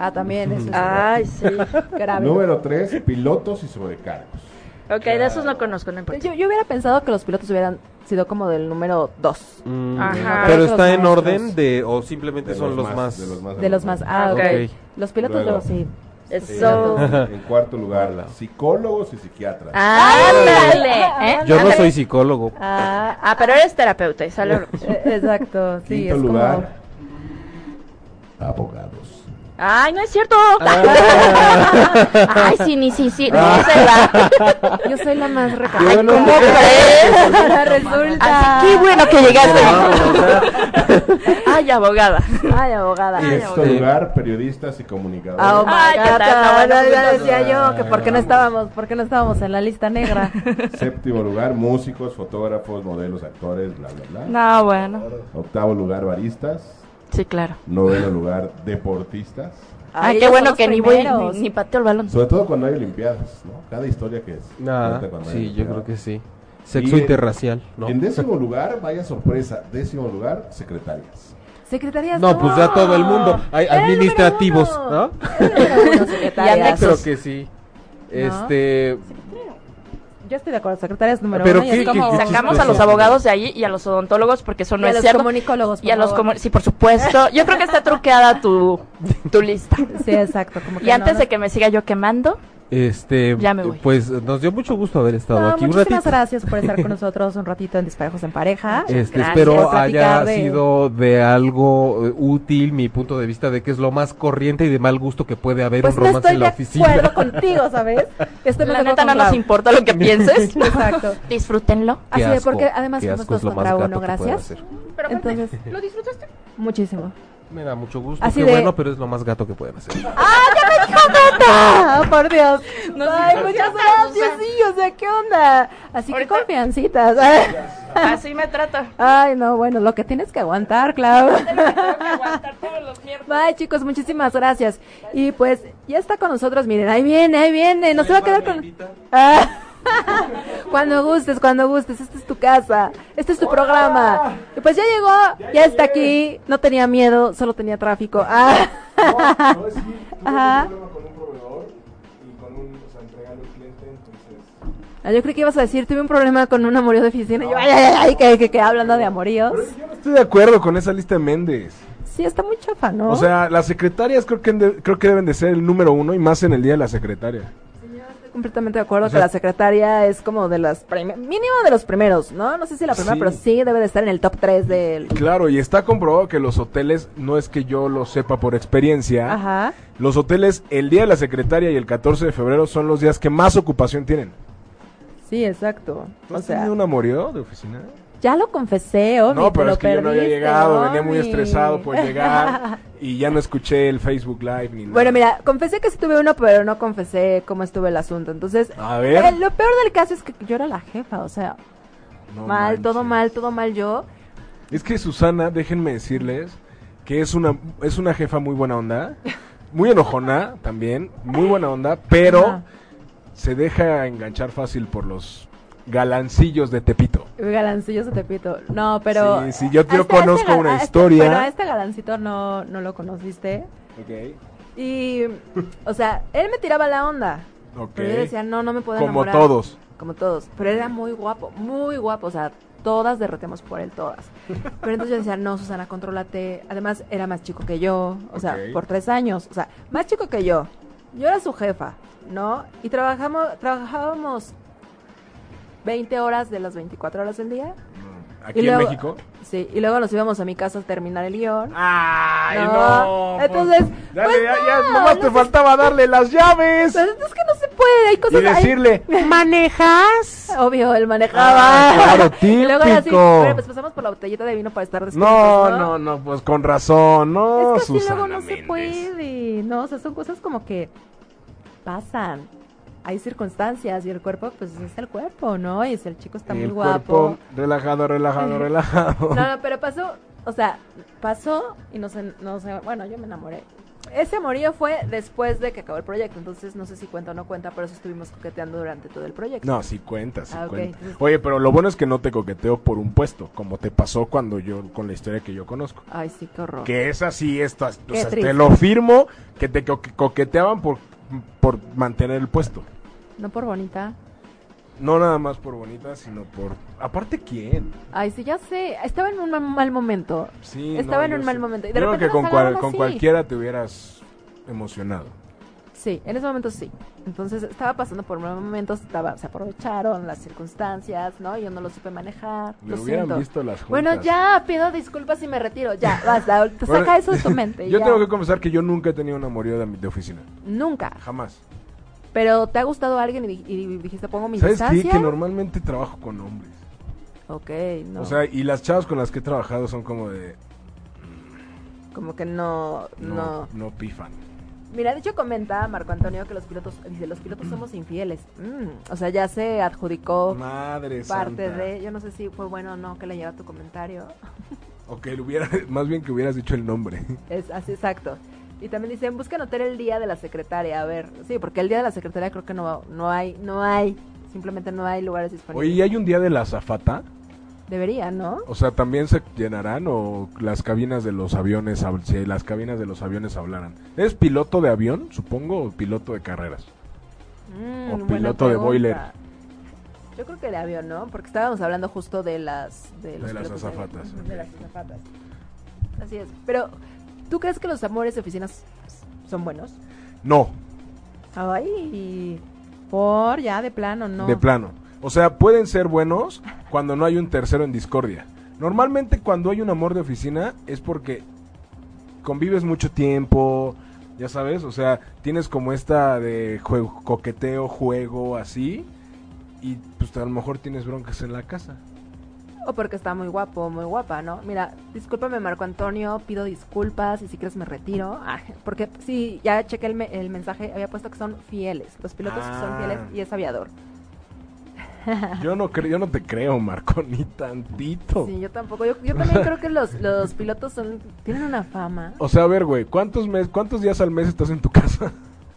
[SPEAKER 1] Ah, también, eso es
[SPEAKER 2] Ay, sí.
[SPEAKER 1] grave.
[SPEAKER 4] Número tres, pilotos y sobrecargos.
[SPEAKER 2] Ok, de esos no conozco, no importa.
[SPEAKER 1] Yo, yo hubiera pensado que los pilotos hubieran sido como del número dos.
[SPEAKER 3] Mm,
[SPEAKER 2] Ajá.
[SPEAKER 3] Pero
[SPEAKER 1] Creo que
[SPEAKER 3] está
[SPEAKER 1] los
[SPEAKER 3] en
[SPEAKER 1] maestros-
[SPEAKER 3] orden de, o simplemente
[SPEAKER 4] De
[SPEAKER 3] son los, más.
[SPEAKER 4] de los más.
[SPEAKER 1] De los más. Ah, ok.
[SPEAKER 2] Ok.
[SPEAKER 1] Los pilotos
[SPEAKER 4] Luego.
[SPEAKER 1] luego sí.
[SPEAKER 2] Eso.
[SPEAKER 4] En cuarto lugar, psicólogos y psiquiatras.
[SPEAKER 2] Ándale. ¿eh?
[SPEAKER 3] Yo no
[SPEAKER 2] Ándale.
[SPEAKER 3] soy psicólogo.
[SPEAKER 1] Ah,
[SPEAKER 2] Ah, pero eres terapeuta y sale.
[SPEAKER 1] eh, exacto. Sí,
[SPEAKER 4] Quinto
[SPEAKER 1] es
[SPEAKER 4] lugar, abogados.
[SPEAKER 2] Ay, no es cierto.
[SPEAKER 3] Ah.
[SPEAKER 2] Ay, sí, ni sí, sí. No se va.
[SPEAKER 1] como. Yo soy la más
[SPEAKER 3] Yo
[SPEAKER 1] recogida.
[SPEAKER 3] no-
[SPEAKER 2] ¿Cómo
[SPEAKER 3] (laughs)
[SPEAKER 2] crees?
[SPEAKER 1] Resulta.
[SPEAKER 2] Así, qué bueno que llegaste.
[SPEAKER 3] Pero, o sea,
[SPEAKER 2] Ay, abogada.
[SPEAKER 1] Ay, abogada.
[SPEAKER 4] En
[SPEAKER 1] Ay,
[SPEAKER 4] sexto
[SPEAKER 3] abogado.
[SPEAKER 4] lugar, periodistas y
[SPEAKER 1] Ah, oh
[SPEAKER 4] comunicadores.
[SPEAKER 1] my
[SPEAKER 2] Ay, ya
[SPEAKER 1] God,
[SPEAKER 2] está, está
[SPEAKER 1] ya-
[SPEAKER 2] bueno, pues,
[SPEAKER 1] ya
[SPEAKER 2] entonces.
[SPEAKER 1] decía yo que por qué no estábamos, por qué no estábamos en la lista
[SPEAKER 2] (laughs)
[SPEAKER 1] negra.
[SPEAKER 2] Ah,
[SPEAKER 4] Séptimo lugar, músicos, fotógrafos, modelos, actores, bla, bla, bla.
[SPEAKER 2] No, bueno.
[SPEAKER 4] Octavo lugar, baristas.
[SPEAKER 2] Sí, claro.
[SPEAKER 4] Noveno lugar, deportistas.
[SPEAKER 2] Ay,
[SPEAKER 1] Ah,
[SPEAKER 2] qué
[SPEAKER 1] ellos
[SPEAKER 2] bueno
[SPEAKER 1] son
[SPEAKER 2] que
[SPEAKER 1] los
[SPEAKER 2] ni voy
[SPEAKER 1] primeros.
[SPEAKER 2] ni, ni pateo el balón.
[SPEAKER 4] Sobre todo cuando hay olimpiadas, ¿no? Cada historia que es.
[SPEAKER 3] nada,
[SPEAKER 4] cuenta cuando hay
[SPEAKER 3] sí, yo
[SPEAKER 4] olimpiadas.
[SPEAKER 3] creo que sí. Sexo
[SPEAKER 4] Y-
[SPEAKER 3] interracial, ¿no?
[SPEAKER 4] En décimo lugar, vaya sorpresa, décimo lugar, secretarias.
[SPEAKER 1] Secretarias.
[SPEAKER 3] No, pues ya todo
[SPEAKER 1] (laughs)
[SPEAKER 3] el mundo. Hay
[SPEAKER 1] Era el número
[SPEAKER 3] administrativos,
[SPEAKER 1] uno.
[SPEAKER 3] ¿no?
[SPEAKER 1] Número uno,
[SPEAKER 2] Y
[SPEAKER 1] secretarias.
[SPEAKER 2] anexos.
[SPEAKER 3] Creo que sí. Este,
[SPEAKER 1] Yo estoy de acuerdo, secretarias número
[SPEAKER 3] Pero
[SPEAKER 1] uno. y
[SPEAKER 3] qué-
[SPEAKER 1] es como-
[SPEAKER 3] qué- qué
[SPEAKER 2] Sacamos
[SPEAKER 3] chiste
[SPEAKER 2] a los
[SPEAKER 3] es.
[SPEAKER 2] abogados de allí y a los odontólogos porque eso no
[SPEAKER 1] Y a
[SPEAKER 2] es
[SPEAKER 1] los
[SPEAKER 2] cierto.
[SPEAKER 1] comunicólogos.
[SPEAKER 2] Y a
[SPEAKER 1] por
[SPEAKER 2] los
[SPEAKER 1] favor.
[SPEAKER 2] comu- sí, por supuesto. Yo creo que está truqueada tu, tu lista.
[SPEAKER 1] Sí, exacto. Como que
[SPEAKER 2] (laughs) Y antes
[SPEAKER 1] no,
[SPEAKER 2] de
[SPEAKER 1] no-
[SPEAKER 2] que me siga yo quemando,
[SPEAKER 3] este,
[SPEAKER 2] Ya me voy.
[SPEAKER 3] pues nos dio mucho gusto haber estado
[SPEAKER 1] No,
[SPEAKER 3] aquí un ratito.
[SPEAKER 1] muchísimas gracias por estar con nosotros un ratito en Disparejos en
[SPEAKER 2] (laughs)
[SPEAKER 1] Pareja.
[SPEAKER 3] Este,
[SPEAKER 2] Gracias.
[SPEAKER 3] espero
[SPEAKER 1] Por
[SPEAKER 3] haya
[SPEAKER 1] platicar de-
[SPEAKER 3] sido de algo eh, útil mi punto de vista de que es lo más corriente y de mal gusto que puede haber
[SPEAKER 1] Pues
[SPEAKER 3] un
[SPEAKER 1] no
[SPEAKER 3] romance
[SPEAKER 1] estoy
[SPEAKER 3] en
[SPEAKER 1] de
[SPEAKER 3] la oficina.
[SPEAKER 1] acuerdo contigo,
[SPEAKER 2] (laughs)
[SPEAKER 1] ¿sabes? Estoy
[SPEAKER 2] la
[SPEAKER 1] de
[SPEAKER 2] neta
[SPEAKER 1] acuerdo
[SPEAKER 2] no
[SPEAKER 1] con
[SPEAKER 2] nos
[SPEAKER 1] Clau.
[SPEAKER 2] importa lo que
[SPEAKER 1] (laughs)
[SPEAKER 2] pienses.
[SPEAKER 1] Exacto.
[SPEAKER 2] Disfrútenlo.
[SPEAKER 3] Qué
[SPEAKER 1] Así de,
[SPEAKER 3] asco,
[SPEAKER 1] porque además
[SPEAKER 3] qué
[SPEAKER 1] somos
[SPEAKER 3] asco, es
[SPEAKER 1] dos
[SPEAKER 3] lo más
[SPEAKER 1] contra uno,
[SPEAKER 3] gato que puede
[SPEAKER 1] gracias.
[SPEAKER 3] hacer.
[SPEAKER 2] Pero
[SPEAKER 1] Entonces,
[SPEAKER 2] ¿lo disfrutaste?
[SPEAKER 1] muchísimo.
[SPEAKER 3] Me da mucho gusto,
[SPEAKER 1] Así
[SPEAKER 3] qué
[SPEAKER 1] de-
[SPEAKER 3] bueno, pero es lo más gato que pueden hacer.
[SPEAKER 1] ¡Ah, (laughs) por Dios!
[SPEAKER 2] Nos
[SPEAKER 1] Ay, pues
[SPEAKER 2] disfrutamos,
[SPEAKER 1] muchas
[SPEAKER 2] o sea.
[SPEAKER 1] gracias, sí, o sea, ¿qué onda? Así
[SPEAKER 2] Ahorita-
[SPEAKER 1] que confiancitas. (laughs) ay.
[SPEAKER 2] Así me trata.
[SPEAKER 1] Ay, no, bueno, lo que tienes que aguantar, Clau. (laughs) Bye, chicos, muchísimas gracias. Y pues, ya está con nosotros, miren, ahí viene, ahí viene, nos se va a quedar con... Ah. (laughs) cuando gustes, cuando gustes, esta es tu casa, este es tu programa. Y pues ya llegó, ya, está aquí, no tenía miedo, solo tenía tráfico. (laughs) Ah.
[SPEAKER 5] No, no, es que tuve
[SPEAKER 1] Ajá.
[SPEAKER 5] un problema con un proveedor y con un, o sea, entregando al cliente, entonces.
[SPEAKER 1] Ah, Yo creo que ibas a decir, tuve un problema con un amorío de oficina. Y yo, ay, ay, ay, que, que, que hablando de amoríos.
[SPEAKER 5] Yo no estoy de acuerdo con esa lista de Méndez.
[SPEAKER 1] Sí, está muy chafa, ¿no?
[SPEAKER 5] O sea, las secretarias creo que, en de- creo que deben de ser el número uno y más en el día de la secretaria.
[SPEAKER 1] completamente de acuerdo
[SPEAKER 3] O sea-
[SPEAKER 1] que la secretaria es como de las prim- mínimo de los primeros, ¿no? No sé si la primera,
[SPEAKER 5] Sí.
[SPEAKER 1] pero sí debe de estar en el top 3 del...
[SPEAKER 5] Claro, y está comprobado que los hoteles, no es que yo lo sepa por experiencia,
[SPEAKER 1] Ajá.
[SPEAKER 5] los hoteles el día de la secretaria y el 14 de febrero son los días que más ocupación tienen.
[SPEAKER 1] Sí, exacto.
[SPEAKER 5] ¿Tú
[SPEAKER 1] O
[SPEAKER 5] has
[SPEAKER 1] sea,
[SPEAKER 5] tenido un amorío de oficina?
[SPEAKER 1] ya lo confesé, Omi, te
[SPEAKER 5] no, pero
[SPEAKER 1] lo
[SPEAKER 5] es que yo no había
[SPEAKER 1] perdiste,
[SPEAKER 5] llegado, venía muy
[SPEAKER 1] Omi.
[SPEAKER 5] estresado pues, por (laughs) llegar y ya no escuché el Facebook Live ni
[SPEAKER 1] (laughs)
[SPEAKER 5] nada.
[SPEAKER 1] Bueno, mira, confesé que sí tuve uno, pero no confesé cómo estuvo el asunto. Entonces,
[SPEAKER 5] A ver.
[SPEAKER 1] eh, lo peor del caso es que yo era la jefa, o sea,
[SPEAKER 5] No
[SPEAKER 1] mal, todo
[SPEAKER 5] manches.
[SPEAKER 1] mal, todo mal yo.
[SPEAKER 5] Es que Susana, déjenme decirles que es una, es una jefa muy buena onda, muy enojona también, muy buena onda, pero
[SPEAKER 1] Ajá.
[SPEAKER 5] se deja enganchar fácil por los galancillos de Tepito.
[SPEAKER 1] Galancillos de Tepito. No, pero.
[SPEAKER 5] Sí, sí, yo- yo
[SPEAKER 1] a a
[SPEAKER 5] conozco
[SPEAKER 1] gal-
[SPEAKER 5] una
[SPEAKER 1] a este-
[SPEAKER 5] historia.
[SPEAKER 1] bueno, a este galancito no, no lo conociste. Y, o sea, él me tiraba la onda.
[SPEAKER 5] Ok.
[SPEAKER 1] Pero yo decía, no, no me puedo
[SPEAKER 5] Como
[SPEAKER 1] enamorar.
[SPEAKER 5] todos.
[SPEAKER 1] Como todos. Pero era muy guapo, muy guapo. O sea, todas derretemos por él, todas. Pero entonces yo decía, no, Susana, contrólate. Además, era más chico que yo. O sea,
[SPEAKER 5] Ok.
[SPEAKER 1] por tres años. O sea, más chico que yo. Yo era su jefa, ¿no? Y trabajamos, trabajábamos 20 horas de las 24 horas del día. Y
[SPEAKER 5] Aquí en
[SPEAKER 1] luego-
[SPEAKER 5] México.
[SPEAKER 1] Sí, y luego nos íbamos a mi casa a terminar el guión.
[SPEAKER 5] Ah. ¡Ay,
[SPEAKER 1] No.
[SPEAKER 5] pues,
[SPEAKER 1] Entonces,
[SPEAKER 5] dale,
[SPEAKER 1] pues
[SPEAKER 5] ya, ya,
[SPEAKER 1] no,
[SPEAKER 5] nomás
[SPEAKER 1] no
[SPEAKER 5] te
[SPEAKER 1] sé.
[SPEAKER 5] faltaba darle las llaves
[SPEAKER 1] Pero es que pues, no se puede, hay cosas...
[SPEAKER 5] y
[SPEAKER 1] hay-
[SPEAKER 5] decirle, ¿manejas?
[SPEAKER 1] Obvio, él manejaba.
[SPEAKER 5] Ah, claro,
[SPEAKER 1] (laughs) Y luego era así,
[SPEAKER 5] típico.
[SPEAKER 1] bueno, pues pasamos por la botellita de vino para estar despiertos,
[SPEAKER 5] No, no, no, pues con razón, no,
[SPEAKER 1] Es que así
[SPEAKER 5] Susana
[SPEAKER 1] luego no se
[SPEAKER 5] Méndez.
[SPEAKER 1] puede, no, o sea, son cosas como que pasan. Hay circunstancias y el cuerpo, pues es el cuerpo, ¿no? Y si el chico está muy
[SPEAKER 5] el
[SPEAKER 1] guapo.
[SPEAKER 5] cuerpo relajado,
[SPEAKER 1] (laughs)
[SPEAKER 5] relajado, (laughs) relajado.
[SPEAKER 1] No, no, pero pasó, o sea, pasó y no sé, no sé, bueno, yo me enamoré. Ese amorío fue después de que acabó el proyecto, entonces no sé si cuenta o no cuenta, pero sí estuvimos coqueteando durante todo el proyecto.
[SPEAKER 5] No, sí cuenta, sí
[SPEAKER 1] Ah, ok.
[SPEAKER 5] cuenta. Oye, pero lo bueno es que no te coqueteo por un puesto, como te pasó cuando yo, con la historia que yo conozco.
[SPEAKER 1] Ay, sí, qué horror.
[SPEAKER 5] Que es así, estas, o
[SPEAKER 1] Qué
[SPEAKER 5] sea,
[SPEAKER 1] triste.
[SPEAKER 5] te lo firmo, que te co- coqueteaban por, por mantener el puesto.
[SPEAKER 1] No por bonita.
[SPEAKER 5] No nada más por bonita, sino por... Aparte, ¿quién?
[SPEAKER 1] Ay, sí, ya sé, estaba en un ma- mal momento.
[SPEAKER 5] Sí,
[SPEAKER 1] Estaba en
[SPEAKER 5] yo
[SPEAKER 1] un mal momento. Y de
[SPEAKER 5] Creo
[SPEAKER 1] repente
[SPEAKER 5] que
[SPEAKER 1] nos
[SPEAKER 5] con, cual-
[SPEAKER 1] agarran
[SPEAKER 5] con
[SPEAKER 1] así.
[SPEAKER 5] cualquiera te hubieras emocionado.
[SPEAKER 1] Sí, en ese momento sí. Entonces estaba pasando por mal momento, estaba, se aprovecharon las circunstancias, ¿no? Yo no lo supe manejar.
[SPEAKER 5] Le
[SPEAKER 1] Lo
[SPEAKER 5] hubieran
[SPEAKER 1] siento.
[SPEAKER 5] visto las juntas.
[SPEAKER 1] Bueno, ya, pido disculpas y me retiro. Ya, basta.
[SPEAKER 5] (laughs)
[SPEAKER 1] te
[SPEAKER 5] Bueno,
[SPEAKER 1] saca eso de tu mente.
[SPEAKER 5] (laughs) Yo
[SPEAKER 1] ya.
[SPEAKER 5] tengo que confesar que yo nunca he tenido una amorío de, de oficina.
[SPEAKER 1] Nunca.
[SPEAKER 5] Jamás.
[SPEAKER 1] Pero te ha gustado alguien y, di- y dijiste, pongo mi
[SPEAKER 5] ¿Sabes qué?
[SPEAKER 1] distancia.
[SPEAKER 5] Que normalmente trabajo con hombres.
[SPEAKER 1] Ok, no.
[SPEAKER 5] O sea, y las chavas con las que he trabajado son como de...
[SPEAKER 1] como que no, no.
[SPEAKER 5] No, no, pifan.
[SPEAKER 1] Mira, de hecho comenta Marco Antonio que los pilotos, dice, los pilotos somos infieles. Mm, o sea, ya se adjudicó
[SPEAKER 5] Madre
[SPEAKER 1] parte
[SPEAKER 5] santa.
[SPEAKER 1] de, yo no sé si fue bueno o no que le lleva tu comentario.
[SPEAKER 5] O que le hubiera... (laughs) Más bien que hubieras dicho
[SPEAKER 1] (laughs)
[SPEAKER 5] el nombre.
[SPEAKER 1] Es así, exacto. Y también dicen, busca anotar el día de la secretaria, a ver. Sí, porque el día de la secretaria creo que no, no hay, no hay, simplemente no hay lugares
[SPEAKER 5] Oye,
[SPEAKER 1] disponibles.
[SPEAKER 5] ¿y hay un día de la azafata?
[SPEAKER 1] Debería, ¿no?
[SPEAKER 5] O sea, ¿también se llenarán o las cabinas de los aviones... hab- Si las cabinas de los aviones hablaran? ¿Es piloto de avión, supongo, o piloto de carreras?
[SPEAKER 1] Mm,
[SPEAKER 5] O
[SPEAKER 1] buena
[SPEAKER 5] piloto de
[SPEAKER 1] pregunta.
[SPEAKER 5] boiler.
[SPEAKER 1] Yo creo que de avión, ¿no? Porque estábamos hablando justo de las... De, los
[SPEAKER 5] De las
[SPEAKER 1] pilotos de avión.
[SPEAKER 5] azafatas.
[SPEAKER 1] De, las azafatas. Así es. Pero, ¿tú crees que los amores de oficinas son buenos?
[SPEAKER 5] No,
[SPEAKER 1] Ay, por ya, de plano, ¿no?
[SPEAKER 5] De plano. O sea, pueden ser buenos cuando no hay un tercero en discordia. Normalmente cuando hay un amor de oficina es porque convives mucho tiempo, ya sabes, o sea, tienes como esta de jue- coqueteo, juego, así, y pues a lo mejor tienes broncas en la casa.
[SPEAKER 1] (laughs) O porque está muy guapo, muy guapa, ¿no? Mira, discúlpame Marco Antonio, pido disculpas y si quieres me retiro. Ah, porque sí, ya chequé el, me- el mensaje, había puesto que son fieles, los pilotos que son
[SPEAKER 5] Ah.
[SPEAKER 1] fieles y es aviador.
[SPEAKER 5] Yo no creo, yo no te creo, Marco, (laughs) ni tantito.
[SPEAKER 1] Sí, yo tampoco, yo, yo también creo que los, los pilotos son, tienen una fama.
[SPEAKER 5] O sea, a ver, güey, ¿cuántos mes, cuántos días al mes estás en tu casa?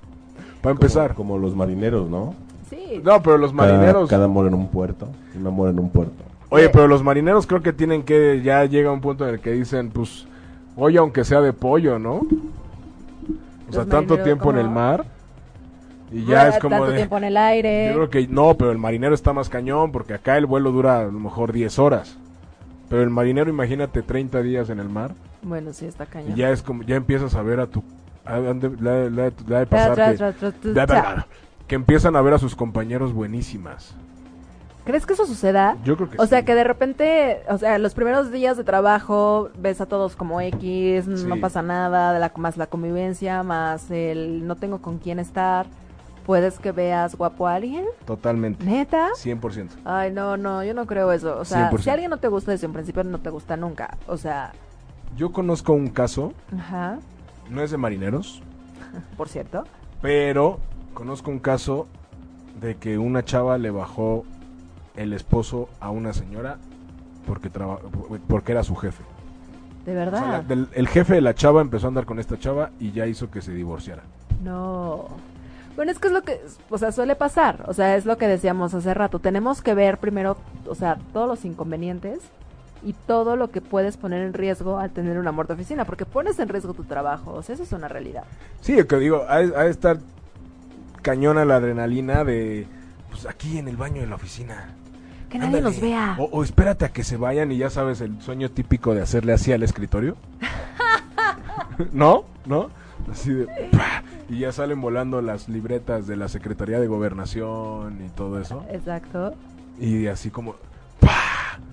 [SPEAKER 5] (laughs) Para empezar.
[SPEAKER 4] Como, como los marineros, ¿no?
[SPEAKER 1] Sí,
[SPEAKER 5] No, pero los marineros.
[SPEAKER 4] Cada, cada amor en un puerto. Un amor en un puerto.
[SPEAKER 5] Oye, pero los marineros creo que tienen que, ya llega un punto en el que dicen, pues, oye, aunque sea de pollo, ¿no? O sea,
[SPEAKER 1] Los
[SPEAKER 5] tanto
[SPEAKER 1] marineros
[SPEAKER 5] tiempo en el
[SPEAKER 1] como-
[SPEAKER 5] mar y ya es como
[SPEAKER 1] tanto
[SPEAKER 5] de...
[SPEAKER 1] tiempo en el
[SPEAKER 5] Yo
[SPEAKER 1] aire.
[SPEAKER 5] creo que no, pero el marinero está más cañón porque acá el vuelo dura a lo mejor 10 horas. Pero el marinero, imagínate 30 días en el mar
[SPEAKER 1] Bueno, sí, está
[SPEAKER 5] y
[SPEAKER 1] cañón.
[SPEAKER 5] ya es como, ya empiezas a ver a tu... a- a- la, la- la de pasar que-
[SPEAKER 1] Tra, tra, tra, tra, tra,
[SPEAKER 5] la- la-
[SPEAKER 1] tra.
[SPEAKER 5] la- que empiezan a ver a sus compañeros buenísimas.
[SPEAKER 1] ¿Crees que eso suceda?
[SPEAKER 5] Yo creo que
[SPEAKER 1] O sea,
[SPEAKER 5] sí.
[SPEAKER 1] que de repente, o sea, los primeros días de trabajo ves a todos como X, no
[SPEAKER 5] Sí.
[SPEAKER 1] pasa nada, de la, más la convivencia, más el no tengo con quién estar. Puedes que veas guapo a alguien,
[SPEAKER 5] Totalmente.
[SPEAKER 1] neta.
[SPEAKER 5] 100%.
[SPEAKER 1] Ay, no, no, yo no creo eso. O sea,
[SPEAKER 5] 100%.
[SPEAKER 1] si alguien no te gusta desde un principio, no te gusta nunca. O sea,
[SPEAKER 5] Yo conozco un caso,
[SPEAKER 1] ajá,
[SPEAKER 5] no es de marineros,
[SPEAKER 1] por cierto.
[SPEAKER 5] pero conozco un caso de que una chava le bajó el esposo a una señora porque, traba- porque era su jefe.
[SPEAKER 1] ¿De
[SPEAKER 5] O sea,
[SPEAKER 1] verdad?
[SPEAKER 5] la- del- el jefe de la chava empezó a andar con esta chava y ya hizo que se divorciara.
[SPEAKER 1] No. Bueno, es que es lo que, o sea, suele pasar. O sea, es lo que decíamos hace rato. Tenemos que ver primero, o sea, todos los inconvenientes y todo lo que puedes poner en riesgo al tener un amor de oficina, porque pones en riesgo tu trabajo. O sea, eso es una realidad.
[SPEAKER 5] Sí, que digo, ha, ha de estar cañona la adrenalina de, pues aquí en el baño de la oficina.
[SPEAKER 1] Que nadie
[SPEAKER 5] Ándale.
[SPEAKER 1] nos
[SPEAKER 5] Oh.
[SPEAKER 1] vea.
[SPEAKER 5] O, o espérate a que se vayan y ya sabes el sueño típico de hacerle así
[SPEAKER 1] (laughs)
[SPEAKER 5] al escritorio. ¿No? ¿No? Así de... ¡pah! Y ya salen volando las libretas de la Secretaría de Gobernación y todo eso.
[SPEAKER 1] Exacto.
[SPEAKER 5] Y así como... ¡pah!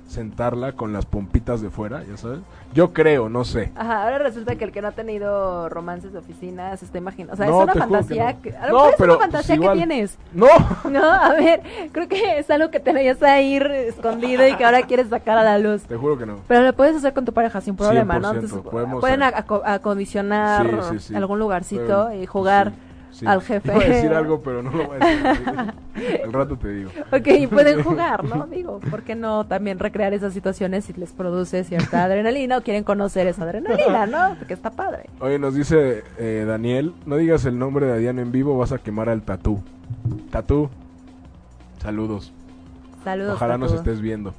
[SPEAKER 5] Sentarla con las pompitas de fuera, ya sabes. Yo creo, no sé.
[SPEAKER 1] Ajá, ahora resulta que el que no ha tenido romances de oficina se está imaginando. O sea,
[SPEAKER 5] No,
[SPEAKER 1] es una
[SPEAKER 5] te juro que
[SPEAKER 1] fantasía
[SPEAKER 5] no.
[SPEAKER 1] que, a
[SPEAKER 5] No,
[SPEAKER 1] lo mejor es
[SPEAKER 5] pero,
[SPEAKER 1] una fantasía
[SPEAKER 5] pues, igual.
[SPEAKER 1] que tienes.
[SPEAKER 5] ¡No!
[SPEAKER 1] No, a ver, creo que es algo que tenías ahí escondido y que ahora quieres sacar a la luz.
[SPEAKER 5] Te juro que no.
[SPEAKER 1] Pero lo puedes hacer con tu pareja sin problema, ¿no?
[SPEAKER 5] 100%,
[SPEAKER 1] Entonces,
[SPEAKER 5] podemos
[SPEAKER 1] pueden
[SPEAKER 5] hacer-
[SPEAKER 1] aco- acondicionar
[SPEAKER 5] Sí, sí, sí.
[SPEAKER 1] algún lugarcito
[SPEAKER 5] Pero,
[SPEAKER 1] y eh, jugar.
[SPEAKER 5] sí, sí.
[SPEAKER 1] al jefe.
[SPEAKER 5] Iba a decir algo, pero no lo voy
[SPEAKER 1] (laughs)
[SPEAKER 5] a decir. Al rato te digo.
[SPEAKER 1] Ok, y pueden jugar, ¿no? Digo, ¿por qué no también recrear esas situaciones si les produce cierta adrenalina o quieren conocer esa adrenalina, ¿no? Porque está padre.
[SPEAKER 5] Oye, nos dice eh, Daniel, no digas el nombre de Adrián en vivo, vas a quemar al tatú. Tatú, saludos.
[SPEAKER 1] Saludos.
[SPEAKER 5] Ojalá
[SPEAKER 1] Tatu.
[SPEAKER 5] nos estés viendo.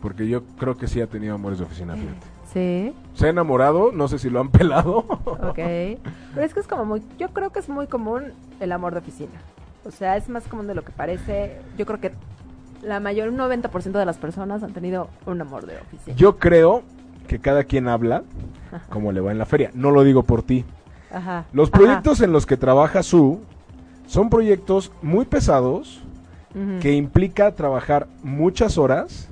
[SPEAKER 5] Porque yo creo que sí ha tenido amores de oficina, fíjate.
[SPEAKER 1] Sí,
[SPEAKER 5] Se ha enamorado, no sé si lo han (laughs) pelado.
[SPEAKER 1] ok. Pero es que es como muy, yo creo que es muy común el amor de oficina. O sea, es más común de lo que parece. Yo creo que la mayor, un 90% de las personas han tenido un amor de oficina.
[SPEAKER 5] Yo creo que cada quien habla como le va en la feria. No lo digo por ti.
[SPEAKER 1] Ajá.
[SPEAKER 5] Los
[SPEAKER 1] Ajá.
[SPEAKER 5] proyectos en los que trabaja Su son proyectos muy pesados,
[SPEAKER 1] Ujú.
[SPEAKER 5] que implica trabajar muchas horas,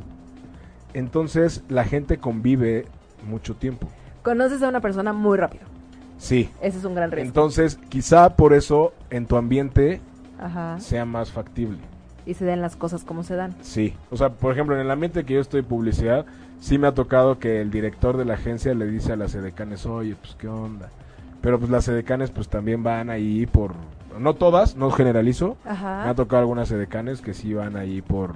[SPEAKER 5] entonces la gente convive mucho tiempo.
[SPEAKER 1] Conoces a una persona muy rápido.
[SPEAKER 5] Sí.
[SPEAKER 1] Ese es un gran riesgo.
[SPEAKER 5] Entonces, quizá por eso en tu ambiente
[SPEAKER 1] Ajá.
[SPEAKER 5] sea más factible.
[SPEAKER 1] Y se den las cosas como se dan.
[SPEAKER 5] Sí. O sea, por ejemplo, en el ambiente que yo estoy de publicidad, sí me ha tocado que el director de la agencia le dice a las edecanes, oye, pues qué onda. Pero pues las edecanes pues también van ahí por... No todas, no generalizo, Me
[SPEAKER 1] Ajá.
[SPEAKER 5] ha tocado algunas edecanes que sí van ahí por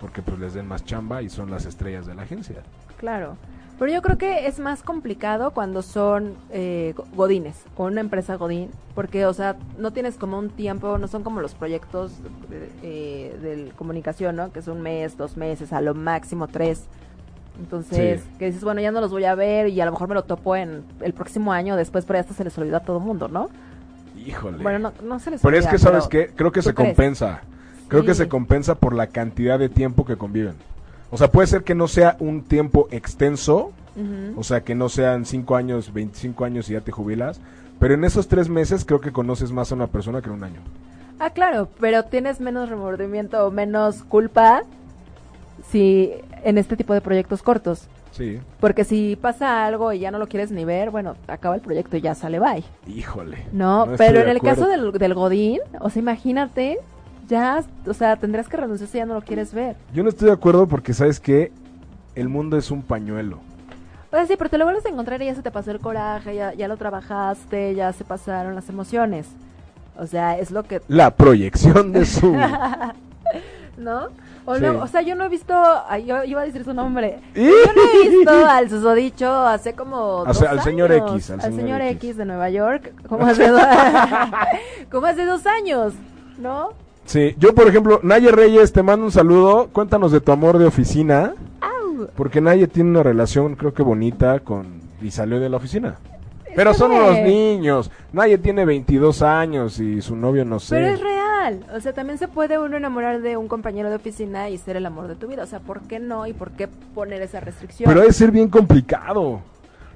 [SPEAKER 5] porque pues les den más chamba y son las estrellas de la agencia.
[SPEAKER 1] Claro. Pero yo creo que es más complicado cuando son eh, go- godines o una empresa godín, porque, o sea, no tienes como un tiempo, no son como los proyectos de, eh, del comunicación, ¿no? Que es un mes, dos meses, a lo máximo tres. Entonces,
[SPEAKER 5] Sí.
[SPEAKER 1] que dices, bueno, ya no los voy a ver y a lo mejor me lo topo en el próximo año después, pero ya hasta se les olvidó a todo mundo, ¿no?
[SPEAKER 5] Híjole.
[SPEAKER 1] Bueno, no, no se les
[SPEAKER 5] pero
[SPEAKER 1] olvida.
[SPEAKER 5] es que sabes
[SPEAKER 1] pero-
[SPEAKER 5] qué, creo que
[SPEAKER 1] ¿tú
[SPEAKER 5] se
[SPEAKER 1] crees?
[SPEAKER 5] compensa. Creo que
[SPEAKER 1] Sí.
[SPEAKER 5] se compensa por la cantidad de tiempo que conviven. O sea, puede ser que no sea un tiempo extenso,
[SPEAKER 1] Ujú.
[SPEAKER 5] o sea, que no sean 5 años, 25 años y ya te jubilas, pero en esos tres meses creo que conoces más a una persona que en un año.
[SPEAKER 1] Ah, claro, pero tienes menos remordimiento o menos culpa si en este tipo de proyectos cortos.
[SPEAKER 5] Sí.
[SPEAKER 1] Porque si pasa algo y ya no lo quieres ni ver, bueno, acaba el proyecto y ya sale bye.
[SPEAKER 5] Híjole.
[SPEAKER 1] No,
[SPEAKER 5] estoy
[SPEAKER 1] pero
[SPEAKER 5] de
[SPEAKER 1] en el
[SPEAKER 5] acuerdo.
[SPEAKER 1] caso del, del Godín, o sea, imagínate, ya, o sea, tendrás que renunciar si ya no lo quieres ver.
[SPEAKER 5] Yo no estoy de acuerdo porque sabes que el mundo es un pañuelo.
[SPEAKER 1] O sea, sí, pero te lo vuelves a encontrar y ya se te pasó el coraje, ya, ya lo trabajaste, ya se pasaron las emociones. O sea, es lo que
[SPEAKER 5] La proyección
[SPEAKER 1] (laughs)
[SPEAKER 5] de su...
[SPEAKER 1] ¿No? O,
[SPEAKER 5] Sí.
[SPEAKER 1] luego- o sea, yo no he visto, ay, yo iba a decir su nombre, yo no he visto al susodicho hace como
[SPEAKER 5] O sea,
[SPEAKER 1] dos
[SPEAKER 5] al señor
[SPEAKER 1] años,
[SPEAKER 5] X, al
[SPEAKER 1] al
[SPEAKER 5] señor
[SPEAKER 1] señor
[SPEAKER 5] X.
[SPEAKER 1] X. de Nueva York, como hace, do- (laughs) como hace dos años, ¿no?
[SPEAKER 5] (laughs) Sí, yo por ejemplo, Naye Reyes, te mando un saludo. Cuéntanos de tu amor de oficina. Porque Naye tiene una relación, creo que bonita, con. Y salió de la oficina. Pero son
[SPEAKER 1] güey.
[SPEAKER 5] unos niños. Naye tiene 22 años y su novio no sé.
[SPEAKER 1] Pero es real, o sea, también se puede uno enamorar de un compañero de oficina y ser el amor de tu vida, o sea, ¿por qué no y por qué poner esa restricción?
[SPEAKER 5] Pero ha de ser bien complicado.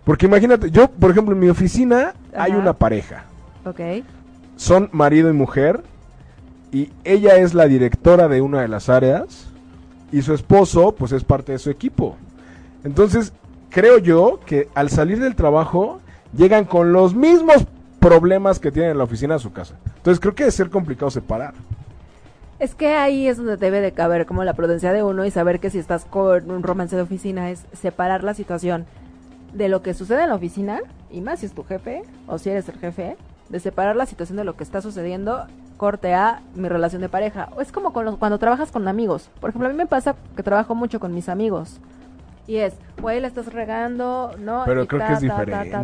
[SPEAKER 5] Porque imagínate, yo por ejemplo, en mi oficina hay
[SPEAKER 1] Ajá.
[SPEAKER 5] una pareja.
[SPEAKER 1] Ok,
[SPEAKER 5] Son marido y mujer. Y ella es la directora de una de las áreas y su esposo pues es parte de su equipo. Entonces, creo yo que al salir del trabajo llegan con los mismos problemas que tienen en la oficina a su casa. Entonces, creo que es ser complicado separar.
[SPEAKER 1] Es que ahí es donde debe de caber como la prudencia de uno y saber que si estás con un romance de oficina es separar la situación de lo que sucede en la oficina, y más si es tu jefe o si eres el jefe, de separar la situación de lo que está sucediendo, corte a mi relación de pareja. O es como con los- cuando trabajas con amigos. Por ejemplo, a mí me pasa que trabajo mucho con mis amigos. Y es, güey, la estás regando, ¿no?
[SPEAKER 5] Pero
[SPEAKER 1] Y
[SPEAKER 5] creo que es diferente.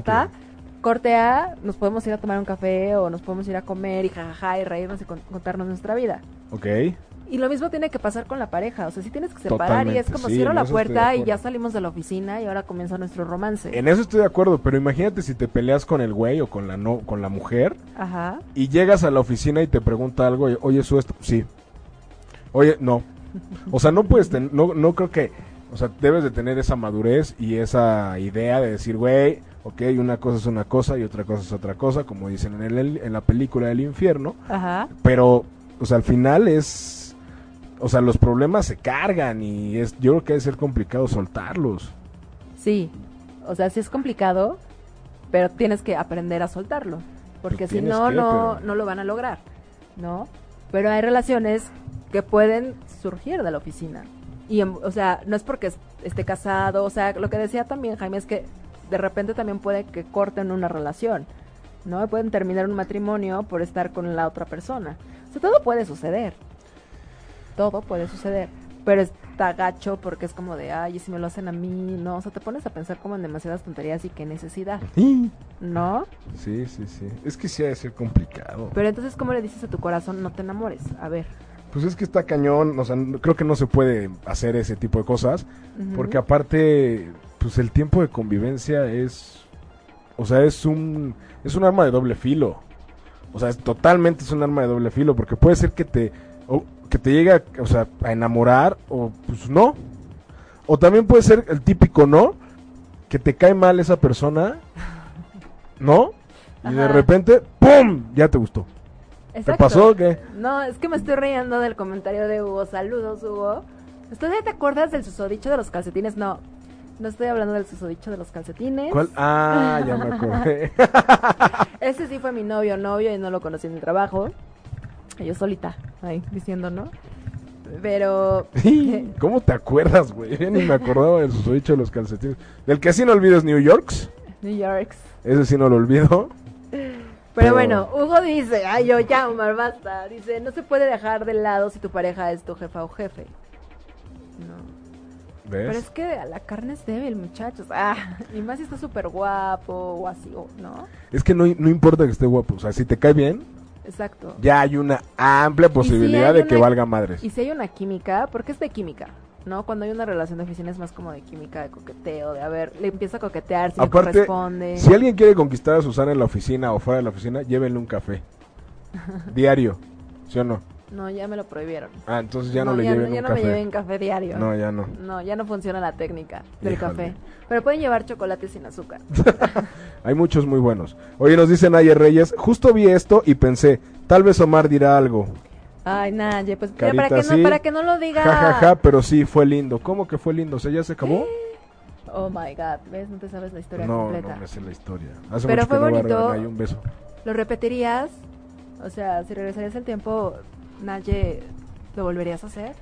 [SPEAKER 1] Corte A, nos podemos ir a tomar un café o nos podemos ir a comer y jajaja y reírnos y con- contarnos nuestra vida.
[SPEAKER 5] ¿Ok?
[SPEAKER 1] Y lo mismo tiene que pasar con la pareja, o sea, sí tienes que separar y es
[SPEAKER 5] Totalmente,
[SPEAKER 1] como
[SPEAKER 5] sí,
[SPEAKER 1] cierro
[SPEAKER 5] en
[SPEAKER 1] la
[SPEAKER 5] eso estoy de
[SPEAKER 1] puerta y
[SPEAKER 5] acuerdo.
[SPEAKER 1] ya salimos de la oficina y ahora comienza nuestro romance.
[SPEAKER 5] En eso estoy de acuerdo, pero imagínate si te peleas con el güey o con la, no, con la mujer
[SPEAKER 1] Ajá.
[SPEAKER 5] y llegas a la oficina y te pregunta algo, y, oye, ¿eso esto? Sí. Oye, no. O sea, no puedes, ten- no, no creo que, o sea, debes de tener esa madurez y esa idea de decir, güey, ok, una cosa es una cosa y otra cosa es otra cosa, como dicen en, el- en la película del infierno,
[SPEAKER 1] Ajá.
[SPEAKER 5] pero, o sea, al final es, o sea, los problemas se cargan y es, yo creo que debe ser complicado soltarlos.
[SPEAKER 1] Sí. O sea, sí es complicado, pero tienes que aprender a soltarlo, porque
[SPEAKER 5] Pues
[SPEAKER 1] si
[SPEAKER 5] tienes
[SPEAKER 1] no
[SPEAKER 5] que,
[SPEAKER 1] no
[SPEAKER 5] pero-
[SPEAKER 1] no lo van a lograr, ¿no? Pero hay relaciones que pueden surgir de la oficina. Y em- o sea, no es porque es- esté casado, o sea, lo que decía también Jaime es que de repente también puede que corten una relación, ¿no? Pueden terminar un matrimonio por estar con la otra persona. O sea, todo puede suceder. Todo puede suceder. Pero está gacho porque es como de, ay, ¿y si me lo hacen a mí, no. O sea, te pones a pensar como en demasiadas tonterías y qué necesidad, ¿no?
[SPEAKER 5] Sí, sí, sí. Es que sí ha de ser complicado.
[SPEAKER 1] Pero entonces, ¿cómo le dices a tu corazón, no te enamores? A ver.
[SPEAKER 5] Pues es que está cañón, o sea, no- creo que no se puede hacer ese tipo de cosas,
[SPEAKER 1] Ujú.
[SPEAKER 5] porque aparte, pues el tiempo de convivencia es, o sea, es un, es un arma de doble filo. O sea, es totalmente es un arma de doble filo, porque puede ser que te, o que te llegue, a, o sea, a enamorar, o pues no. O también puede ser el típico no, que te cae mal esa
[SPEAKER 1] (laughs)
[SPEAKER 5] persona, ¿no? Y de
[SPEAKER 1] Ajá.
[SPEAKER 5] repente, ¡pum! Ya te gustó. ¿Te
[SPEAKER 1] Exacto.
[SPEAKER 5] pasó o qué?
[SPEAKER 1] No, es que me estoy riendo del comentario de Hugo. Saludos, Hugo. ¿Usted ya te acuerdas del susodicho de los calcetines? No, no estoy hablando del susodicho de los calcetines.
[SPEAKER 5] ¿Cuál? Ah, ya
[SPEAKER 1] (laughs)
[SPEAKER 5] me acordé.
[SPEAKER 1] Ese sí fue mi novio, novio, y no lo conocí en el trabajo. Yo solita, ahí, diciendo no. Pero... (laughs)
[SPEAKER 5] Sí, ¿Cómo te acuerdas, güey? Yo Ni me acordaba del susodicho de los calcetines. Del que sí no olvido es New Yorks.
[SPEAKER 1] New Yorks.
[SPEAKER 5] Ese sí no lo olvido.
[SPEAKER 1] Pero
[SPEAKER 5] Pero-
[SPEAKER 1] bueno, Hugo dice, ay yo ya Omar, basta. Dice, no se puede dejar de lado si tu pareja es tu jefa o jefe. No. Pero es
[SPEAKER 5] ¿Ves?
[SPEAKER 1] que a la carne es débil, muchachos. Ah, (laughs) y más si está súper guapo o así, o- ¿no?
[SPEAKER 5] Es que no, no importa que esté guapo. O sea, si te cae bien,
[SPEAKER 1] Exacto.
[SPEAKER 5] ya hay una amplia posibilidad
[SPEAKER 1] hay
[SPEAKER 5] de que
[SPEAKER 1] una-
[SPEAKER 5] valga madres.
[SPEAKER 1] Y si hay una química, porque es de química, ¿no? Cuando hay una relación de oficina es más como de química, de coqueteo, de a ver, le empieza a coquetear, si
[SPEAKER 5] Aparte,
[SPEAKER 1] le corresponde.
[SPEAKER 5] Si alguien quiere conquistar a Susana en la oficina o fuera de la oficina, llévenle
[SPEAKER 1] (laughs)
[SPEAKER 5] un café. Diario. ¿Sí o no?
[SPEAKER 1] No, ya me lo prohibieron.
[SPEAKER 5] Ah, entonces ya no, le
[SPEAKER 1] ya,
[SPEAKER 5] lleven
[SPEAKER 1] ya
[SPEAKER 5] un
[SPEAKER 1] no
[SPEAKER 5] café.
[SPEAKER 1] me lleven café diario.
[SPEAKER 5] No, ya no.
[SPEAKER 1] No, ya no funciona la técnica del
[SPEAKER 5] Híjole.
[SPEAKER 1] café. Pero pueden llevar chocolate sin azúcar.
[SPEAKER 5] Hay muchos muy buenos. Oye, nos dicen ayer Reyes, justo vi esto y pensé, tal vez Omar dirá algo.
[SPEAKER 1] Ay, Naye, pues mira,
[SPEAKER 5] Carita
[SPEAKER 1] para, que
[SPEAKER 5] así.
[SPEAKER 1] no, para que no lo diga.
[SPEAKER 5] Ja, ja, ja, pero sí, fue lindo. ¿Cómo que fue lindo? ¿O sea, ya se acabó?
[SPEAKER 1] Oh my god, ¿ves? No te sabes la historia
[SPEAKER 5] No,
[SPEAKER 1] completa.
[SPEAKER 5] no me sé la historia. Hace
[SPEAKER 1] Pero
[SPEAKER 5] mucho
[SPEAKER 1] fue
[SPEAKER 5] que no voy a
[SPEAKER 1] bonito.
[SPEAKER 5] regalar un beso.
[SPEAKER 1] ¿Lo repetirías? O sea, si regresarías el tiempo, Naye, ¿lo volverías a hacer?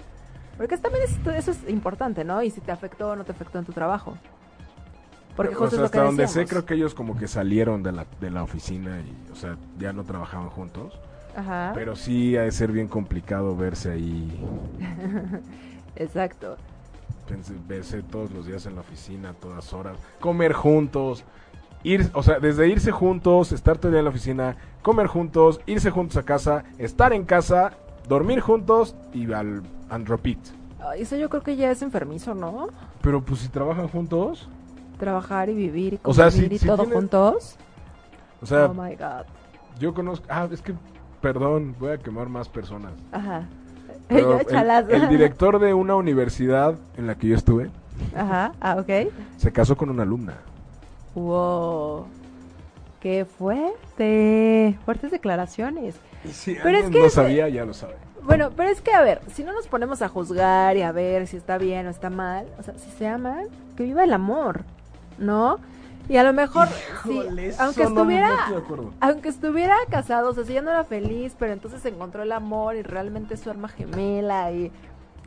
[SPEAKER 1] Porque es- también es- eso es importante, ¿no? Y si te afectó o no te afectó en tu trabajo. Porque
[SPEAKER 5] O
[SPEAKER 1] justo
[SPEAKER 5] sea,
[SPEAKER 1] es lo que
[SPEAKER 5] hasta donde sé,
[SPEAKER 1] decíamos.
[SPEAKER 5] creo que ellos como que salieron de la, de la oficina y, o sea, ya no trabajaban juntos.
[SPEAKER 1] Ajá,
[SPEAKER 5] Pero sí ha de ser bien complicado verse ahí,
[SPEAKER 1] exacto.
[SPEAKER 5] pense- verse todos los días en la oficina, a todas horas, comer juntos. Ir, o sea, desde irse juntos, estar todo el día en la oficina, comer juntos, irse juntos a casa, estar en casa, dormir juntos y al and repeat.
[SPEAKER 1] Ay, Eso yo creo que ya es enfermizo, ¿no?
[SPEAKER 5] Pero pues si trabajan juntos,
[SPEAKER 1] Trabajar y vivir y
[SPEAKER 5] O sea,
[SPEAKER 1] convivir
[SPEAKER 5] sí-
[SPEAKER 1] y
[SPEAKER 5] sí
[SPEAKER 1] todo
[SPEAKER 5] tienes-
[SPEAKER 1] juntos.
[SPEAKER 5] o sea,
[SPEAKER 1] oh my god.
[SPEAKER 5] yo conozco, ah, es que, perdón, voy a quemar más personas.
[SPEAKER 1] (laughs) Ajá. (laughs)
[SPEAKER 5] Pero
[SPEAKER 1] Yo chalas.
[SPEAKER 5] el, el director de una universidad en la que yo estuve
[SPEAKER 1] (laughs) Ajá, ah, ok.
[SPEAKER 5] se casó con una alumna.
[SPEAKER 1] Wow. Qué fuerte. Fuertes declaraciones.
[SPEAKER 5] Si
[SPEAKER 1] Pero es
[SPEAKER 5] alguien
[SPEAKER 1] que
[SPEAKER 5] no
[SPEAKER 1] es-
[SPEAKER 5] sabía, ya lo sabe.
[SPEAKER 1] Bueno, pero es que, a ver, si no nos ponemos a juzgar y a ver si está bien o está mal, o sea, si se aman, que viva el amor, ¿no? Y a lo mejor, si-
[SPEAKER 5] Híjole, eso
[SPEAKER 1] aunque
[SPEAKER 5] no- no
[SPEAKER 1] estuviera,
[SPEAKER 5] estoy de acuerdo.
[SPEAKER 1] aunque estuviera casado, o sea, si ya no era feliz, pero entonces encontró el amor y realmente es su alma gemela y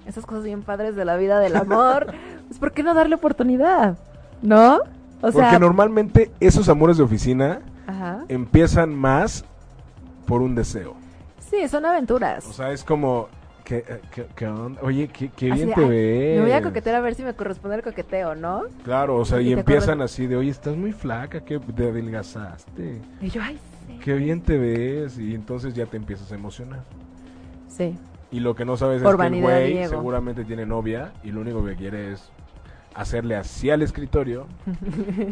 [SPEAKER 1] esas cosas bien padres de la vida del
[SPEAKER 5] (laughs)
[SPEAKER 1] amor, pues ¿por qué no darle oportunidad? ¿No? O
[SPEAKER 5] Porque
[SPEAKER 1] sea,
[SPEAKER 5] normalmente esos amores de oficina
[SPEAKER 1] ajá.
[SPEAKER 5] empiezan más por un deseo.
[SPEAKER 1] Sí, son aventuras.
[SPEAKER 5] O sea, es como, ¿qué, eh, qué- qué onda? Oye, qué, qué
[SPEAKER 1] Así
[SPEAKER 5] bien
[SPEAKER 1] de,
[SPEAKER 5] te
[SPEAKER 1] "Ay,
[SPEAKER 5] ves.
[SPEAKER 1] Me voy a coquetear a ver si me corresponde el coqueteo, ¿no?
[SPEAKER 5] Claro, o sea,
[SPEAKER 1] Y
[SPEAKER 5] y
[SPEAKER 1] te
[SPEAKER 5] empiezan
[SPEAKER 1] corre-
[SPEAKER 5] así de, oye, estás muy flaca, que te adelgazaste,
[SPEAKER 1] Y yo, ay, sí.
[SPEAKER 5] qué bien te ves, y entonces ya te empiezas a emocionar.
[SPEAKER 1] Sí.
[SPEAKER 5] Y lo que no sabes
[SPEAKER 1] Por
[SPEAKER 5] es que el
[SPEAKER 1] vanidad y
[SPEAKER 5] güey
[SPEAKER 1] ego.
[SPEAKER 5] seguramente tiene novia y lo único que quiere es hacerle así
[SPEAKER 1] (laughs)
[SPEAKER 5] al escritorio,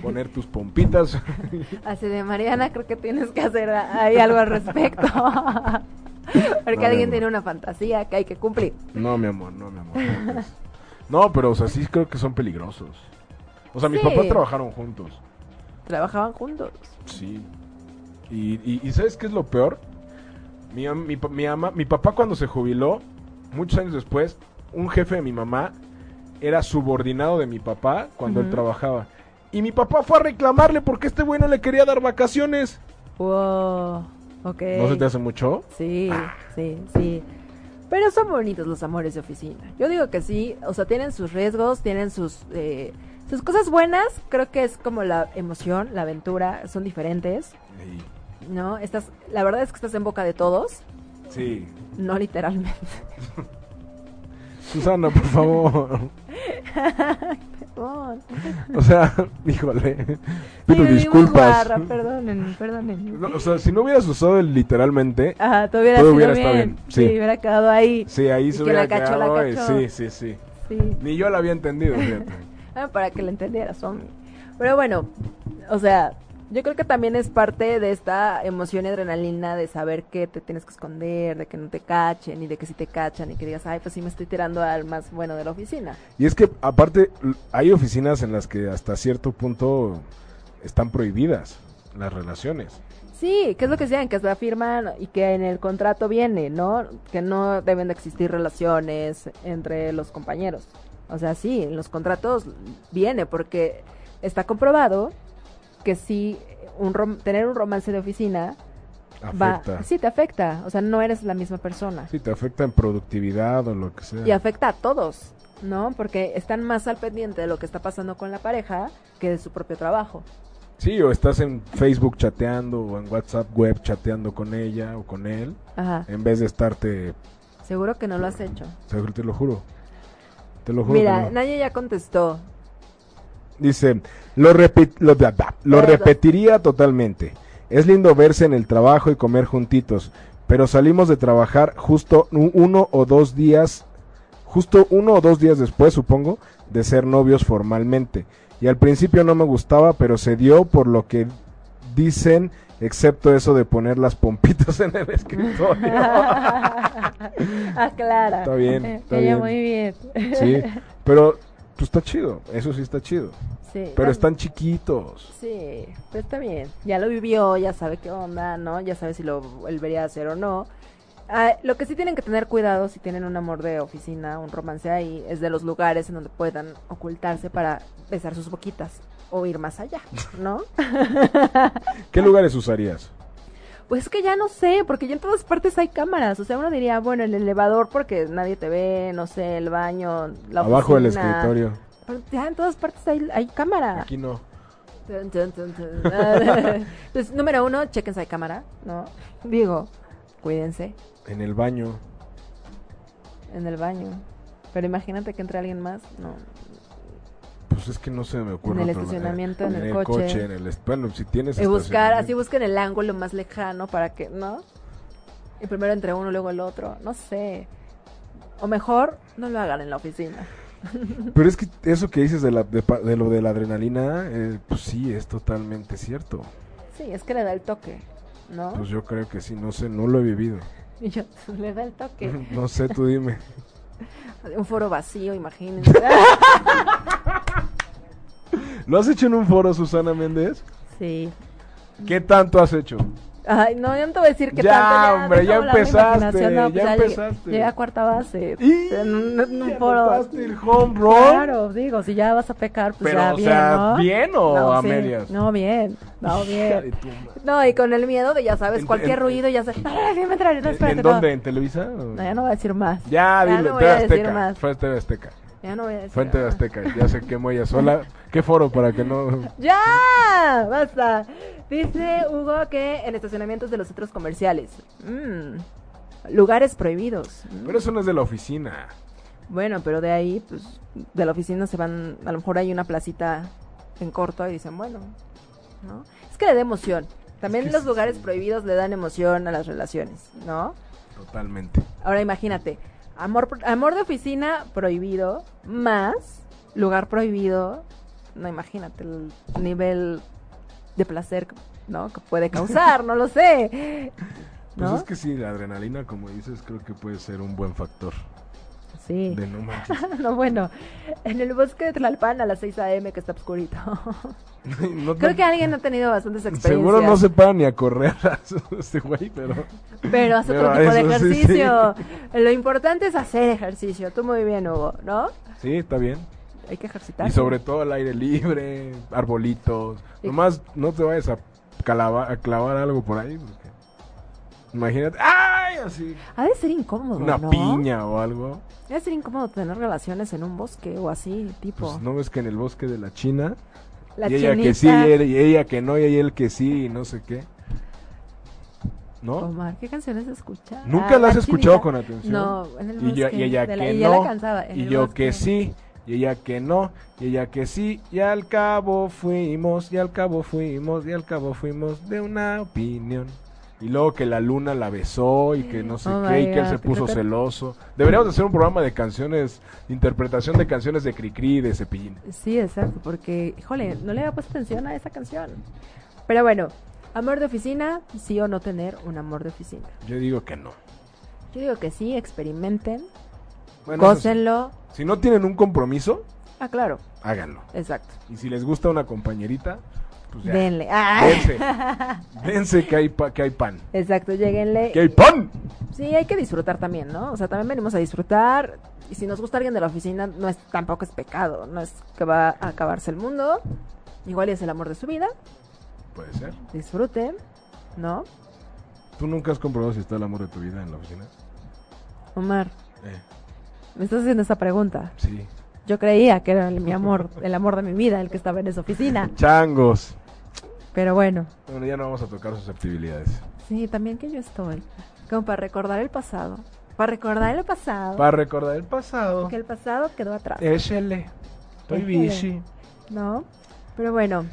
[SPEAKER 5] poner tus pompitas.
[SPEAKER 1] Así de Mariana, creo que tienes que hacer ahí algo al
[SPEAKER 5] (laughs)
[SPEAKER 1] respecto. Porque
[SPEAKER 5] No, mi amor.
[SPEAKER 1] alguien tiene una fantasía que hay que cumplir.
[SPEAKER 5] no, mi amor, no, mi amor. no, pues. No, pero o sea, sí creo que son peligrosos. O sea, mis
[SPEAKER 1] Sí.
[SPEAKER 5] papás trabajaron juntos.
[SPEAKER 1] Trabajaban juntos.
[SPEAKER 5] Sí. Y, y- y ¿sabes qué es lo peor? Mi, am- mi, pa- mi ama- mi papá cuando se jubiló, muchos años después, un jefe de mi mamá era subordinado de mi papá cuando él
[SPEAKER 1] Ujú.
[SPEAKER 5] trabajaba. Y mi papá fue a reclamarle porque este güey no le quería dar vacaciones.
[SPEAKER 1] Wow. Ok.
[SPEAKER 5] ¿No se te hace mucho?
[SPEAKER 1] Sí, sí, sí. Pero son bonitos los amores de oficina. Yo digo que sí. O sea, tienen sus riesgos, tienen sus, eh, sus cosas buenas. Creo que es como la emoción, la aventura. Son diferentes, ¿no? Estás, la verdad es que estás en boca de todos.
[SPEAKER 5] Sí.
[SPEAKER 1] No literalmente.
[SPEAKER 5] Susana, por favor.
[SPEAKER 1] Perdón.
[SPEAKER 5] O sea, (laughs) híjole.
[SPEAKER 1] Sí,
[SPEAKER 5] Pido
[SPEAKER 1] me vi muy
[SPEAKER 5] disculpas.
[SPEAKER 1] guarra, perdonen, perdonen.
[SPEAKER 5] No, o sea, si no hubieras usado el literalmente,
[SPEAKER 1] Ajá, te hubiera
[SPEAKER 5] Todo
[SPEAKER 1] sido
[SPEAKER 5] hubiera
[SPEAKER 1] bien.
[SPEAKER 5] estado bien, sí.
[SPEAKER 1] Sí, hubiera quedado ahí.
[SPEAKER 5] sí, ahí
[SPEAKER 1] Y
[SPEAKER 5] se
[SPEAKER 1] que
[SPEAKER 5] hubiera
[SPEAKER 1] la cachó, la
[SPEAKER 5] quedado, eh,
[SPEAKER 1] cachó.
[SPEAKER 5] Sí, sí, sí.
[SPEAKER 1] Sí.
[SPEAKER 5] Ni yo la había entendido, fíjate.
[SPEAKER 1] Ah, para que lo entendieras, homie. Pero bueno, o sea, yo creo que también es parte de esta emoción y adrenalina de saber que te tienes que esconder, de que no te cachen, y de que si te cachan, y que digas, ay, pues sí me estoy tirando al más bueno de la oficina.
[SPEAKER 5] Y es que aparte l- hay oficinas en las que hasta cierto punto están prohibidas las relaciones.
[SPEAKER 1] Sí, que es lo que decían, que se afirman y que en el contrato viene, ¿no? Que no deben de existir relaciones entre los compañeros. O sea, sí, en los contratos viene porque está comprobado que sí, un rom- tener un romance de oficina
[SPEAKER 5] Afecta.
[SPEAKER 1] va,
[SPEAKER 5] sí.
[SPEAKER 1] sí te afecta, o sea, no eres la misma persona.
[SPEAKER 5] te afecta en productividad o lo que sea.
[SPEAKER 1] Y afecta a todos, ¿no? Porque están más al pendiente de lo que está pasando con la pareja que de su propio trabajo.
[SPEAKER 5] Sí, o estás en Facebook chateando o en WhatsApp web chateando con ella o con él,
[SPEAKER 1] Ajá,
[SPEAKER 5] en vez de estarte,
[SPEAKER 1] seguro que no lo has hecho.
[SPEAKER 5] te te lo juro. Te lo juro.
[SPEAKER 1] Mira,
[SPEAKER 5] que no.
[SPEAKER 1] nadie ya
[SPEAKER 5] (laughs)
[SPEAKER 1] contestó. (laughs)
[SPEAKER 5] Dice, lo, repi- lo, bla, bla, lo
[SPEAKER 1] Bla, bla.
[SPEAKER 5] repetiría totalmente. Es lindo verse en el trabajo y comer juntitos, pero salimos de trabajar justo u- uno o dos días, justo uno o dos días después, supongo, de ser novios formalmente. Y al principio no me gustaba, pero se dio por lo que dicen, excepto eso de poner las pompitas (laughs) en
[SPEAKER 1] (laughs)
[SPEAKER 5] el escritorio.
[SPEAKER 1] Ah, Aclara.
[SPEAKER 5] Está bien, está
[SPEAKER 1] Que ya
[SPEAKER 5] bien.
[SPEAKER 1] Eh, muy bien.
[SPEAKER 5] sí, pero pues está chido, eso sí está chido.
[SPEAKER 1] Sí,
[SPEAKER 5] Pero
[SPEAKER 1] ya-
[SPEAKER 5] están chiquitos.
[SPEAKER 1] Sí, pero está bien. Ya lo vivió, ya sabe qué onda, ¿no? Ya sabe si lo volvería a hacer o no. Ah, lo que sí tienen que tener cuidado si tienen un amor de oficina, un romance ahí, es de los lugares en donde puedan ocultarse para besar sus boquitas o ir más
[SPEAKER 5] (laughs)
[SPEAKER 1] allá, ¿no?
[SPEAKER 5] ¿Qué lugares usarías?
[SPEAKER 1] Pues es que ya no sé, porque ya en todas partes hay cámaras. O sea, uno diría, bueno, el elevador porque nadie te ve, no sé, el baño, la
[SPEAKER 5] Abajo del
[SPEAKER 1] oficina. Ah.
[SPEAKER 5] escritorio.
[SPEAKER 1] Pero ya en todas partes hay, hay cámara.
[SPEAKER 5] Aquí no.
[SPEAKER 1] Tun, tun, tun, tun. (laughs) Entonces, número uno, chequense de cámara, ¿no? Digo, cuídense
[SPEAKER 5] En el baño.
[SPEAKER 1] en el baño. Pero imagínate que entre alguien más, no.
[SPEAKER 5] Pues es que no se me
[SPEAKER 1] En
[SPEAKER 5] ocurre.
[SPEAKER 1] el
[SPEAKER 5] otro lugar.
[SPEAKER 1] estacionamiento, en el
[SPEAKER 5] coche.
[SPEAKER 1] coche.
[SPEAKER 5] en el est- bueno, si tienes.
[SPEAKER 1] Y buscar, así
[SPEAKER 5] estacionamiento.
[SPEAKER 1] busquen el ángulo más lejano para que, ¿no? Y primero entre uno, luego el otro, no sé. O mejor, no lo hagan en la oficina.
[SPEAKER 5] Pero es que eso que dices de, la, de, pa- de lo de la adrenalina, eh, pues sí, es totalmente cierto.
[SPEAKER 1] Sí, es que le da el toque, ¿no?
[SPEAKER 5] Pues yo creo que sí, no sé, no lo he vivido.
[SPEAKER 1] Y yo, (laughs) le da el toque.
[SPEAKER 5] (laughs) No sé, tú dime.
[SPEAKER 1] Un foro vacío, imagínense. (laughs)
[SPEAKER 5] ¿Lo has hecho en un foro, Susana Méndez?
[SPEAKER 1] sí.
[SPEAKER 5] ¿Qué tanto has hecho?
[SPEAKER 1] Ay, no, yo no te voy a decir que
[SPEAKER 5] Ya,
[SPEAKER 1] tanto.
[SPEAKER 5] hombre, ya
[SPEAKER 1] déjame volar mi
[SPEAKER 5] empezaste,
[SPEAKER 1] imaginación. No, pues
[SPEAKER 5] ya
[SPEAKER 1] llegué-
[SPEAKER 5] empezaste.
[SPEAKER 1] Llegué a cuarta base. pues,
[SPEAKER 5] Y
[SPEAKER 1] Pero no, no,
[SPEAKER 5] te
[SPEAKER 1] no puedo-
[SPEAKER 5] anotaste el home run.
[SPEAKER 1] Claro, digo, si ya vas a pecar, pues
[SPEAKER 5] Pero,
[SPEAKER 1] ya
[SPEAKER 5] o
[SPEAKER 1] bien,
[SPEAKER 5] sea,
[SPEAKER 1] ¿no?
[SPEAKER 5] ¿bien o
[SPEAKER 1] No,
[SPEAKER 5] a
[SPEAKER 1] sí.
[SPEAKER 5] medias?
[SPEAKER 1] No, bien,
[SPEAKER 5] (laughs)
[SPEAKER 1] no,
[SPEAKER 5] Hija de
[SPEAKER 1] bien.
[SPEAKER 5] tu madre.
[SPEAKER 1] No, y con el miedo de, ya sabes,
[SPEAKER 5] En-
[SPEAKER 1] cualquier
[SPEAKER 5] en-
[SPEAKER 1] ruido, ya sabes. Ay, bien me traeré, no, espérate,
[SPEAKER 5] ¿En
[SPEAKER 1] no.
[SPEAKER 5] dónde? ¿En Televisa?
[SPEAKER 1] No, ya no voy a decir más. Ya
[SPEAKER 5] Ya, dile,
[SPEAKER 1] no voy
[SPEAKER 5] TV
[SPEAKER 1] a decir
[SPEAKER 5] Azteca.
[SPEAKER 1] más.
[SPEAKER 5] Fue TV Azteca.
[SPEAKER 1] Ya no voy a decir
[SPEAKER 5] Fue en TV
[SPEAKER 1] más.
[SPEAKER 5] Azteca. Ya se quemó ella sola. ¿Qué foro para que no...?
[SPEAKER 1] ¡Ya! ¡Basta! Dice Hugo que en estacionamientos de los centros comerciales. Mm, Lugares prohibidos. Mm.
[SPEAKER 5] Pero eso no es de la oficina.
[SPEAKER 1] Bueno, pero de ahí, pues, de la oficina se van, a lo mejor hay una placita en corto y dicen, bueno, ¿no? Es que le da emoción. También
[SPEAKER 5] que
[SPEAKER 1] los
[SPEAKER 5] sí,
[SPEAKER 1] lugares prohibidos le dan emoción a las relaciones, ¿no?
[SPEAKER 5] Totalmente.
[SPEAKER 1] Ahora imagínate, amor, pro- amor de oficina prohibido, más lugar prohibido, no imagínate el nivel de placer, ¿no? Que puede causar, no lo sé.
[SPEAKER 5] Pues
[SPEAKER 1] ¿No?
[SPEAKER 5] es que sí, la adrenalina, como dices, creo que puede ser un buen factor.
[SPEAKER 1] Sí.
[SPEAKER 5] De no manches.
[SPEAKER 1] (laughs) No, bueno, en el bosque de Tlalpan a las 6 a.m. que está oscurito.
[SPEAKER 5] No te-
[SPEAKER 1] Creo que alguien ha tenido bastantes experiencias.
[SPEAKER 5] (laughs) Seguro no se para ni a correr (laughs) a este güey, pero...
[SPEAKER 1] Pero hace otro
[SPEAKER 5] Pero
[SPEAKER 1] tipo de
[SPEAKER 5] eso sí,
[SPEAKER 1] ejercicio. Lo importante es hacer ejercicio. Tú muy bien, Hugo, ¿no?
[SPEAKER 5] Sí, está bien.
[SPEAKER 1] Hay que ejercitar.
[SPEAKER 5] Y sobre todo al aire libre, arbolitos.
[SPEAKER 1] Y-
[SPEAKER 5] Nomás no te vayas a, calava- a clavar algo por ahí. porque Imagínate, ¡ay! Así,
[SPEAKER 1] Ha de ser incómodo,
[SPEAKER 5] una
[SPEAKER 1] ¿no?
[SPEAKER 5] piña o algo.
[SPEAKER 1] Ha de ser incómodo tener relaciones en un bosque o así, tipo.
[SPEAKER 5] Pues no ves que en el bosque de la China.
[SPEAKER 1] La
[SPEAKER 5] y ella
[SPEAKER 1] chinita.
[SPEAKER 5] que sí, y él- y ella que no, y él que sí, y no sé qué. ¿No?
[SPEAKER 1] Omar, ¿qué canciones escuchas?
[SPEAKER 5] Nunca
[SPEAKER 1] Ah,
[SPEAKER 5] la has
[SPEAKER 1] Oh, chinita.
[SPEAKER 5] escuchado con atención.
[SPEAKER 1] No, en el
[SPEAKER 5] y, yo-
[SPEAKER 1] bosque
[SPEAKER 5] y ella
[SPEAKER 1] de
[SPEAKER 5] que
[SPEAKER 1] la-
[SPEAKER 5] no.
[SPEAKER 1] y ya la cansaba, en
[SPEAKER 5] y
[SPEAKER 1] el
[SPEAKER 5] yo
[SPEAKER 1] bosque.
[SPEAKER 5] que sí. Y ella que no. Y ella que sí. Y al cabo fuimos. Y al cabo fuimos. Y al cabo fuimos de una opinión. Y luego que la luna la besó y que no sé
[SPEAKER 1] Oh
[SPEAKER 5] qué,
[SPEAKER 1] my
[SPEAKER 5] y que él
[SPEAKER 1] God,
[SPEAKER 5] se
[SPEAKER 1] qué
[SPEAKER 5] puso
[SPEAKER 1] terrible.
[SPEAKER 5] celoso. Deberíamos hacer un programa de canciones, interpretación de canciones de Cricri y de Cepillín.
[SPEAKER 1] Sí, exacto, porque, híjole, no le había puesto atención a esa canción. Pero bueno, amor de oficina, sí o no tener un amor de oficina.
[SPEAKER 5] Yo digo que no.
[SPEAKER 1] Yo digo que sí, experimenten,
[SPEAKER 5] Bueno, eso sí.
[SPEAKER 1] gócenlo.
[SPEAKER 5] si no tienen un compromiso,
[SPEAKER 1] Ah, claro,
[SPEAKER 5] háganlo.
[SPEAKER 1] exacto.
[SPEAKER 5] Y si les gusta una compañerita, pues ya.
[SPEAKER 1] Denle. Ah. (laughs)
[SPEAKER 5] Dense. Dense que hay, pa- que hay pan.
[SPEAKER 1] Exacto, lleguenle.
[SPEAKER 5] ¡Que hay pan!
[SPEAKER 1] Sí, hay que disfrutar también, ¿no? O sea, también venimos a disfrutar. Y si nos gusta alguien de la oficina, no es tampoco es pecado. No es que va a acabarse el mundo. Igual es el amor de su vida.
[SPEAKER 5] Puede ser.
[SPEAKER 1] Disfruten, ¿no?
[SPEAKER 5] ¿Tú nunca has comprobado si está el amor de tu vida en la oficina?
[SPEAKER 1] Omar,
[SPEAKER 5] Eh,
[SPEAKER 1] me estás haciendo esa pregunta.
[SPEAKER 5] sí.
[SPEAKER 1] Yo creía que era el- mi amor, el amor de mi vida, el que estaba en esa oficina.
[SPEAKER 5] Changos.
[SPEAKER 1] Pero bueno,
[SPEAKER 5] Bueno, ya no vamos a tocar susceptibilidades.
[SPEAKER 1] sí, también que yo estoy. Como para recordar el pasado. Para recordar el pasado.
[SPEAKER 5] Para Eh. recordar el pasado.
[SPEAKER 1] que el pasado quedó atrás,
[SPEAKER 5] Échele. Estoy
[SPEAKER 1] Échele.
[SPEAKER 5] bici.
[SPEAKER 1] ¿no? Pero bueno,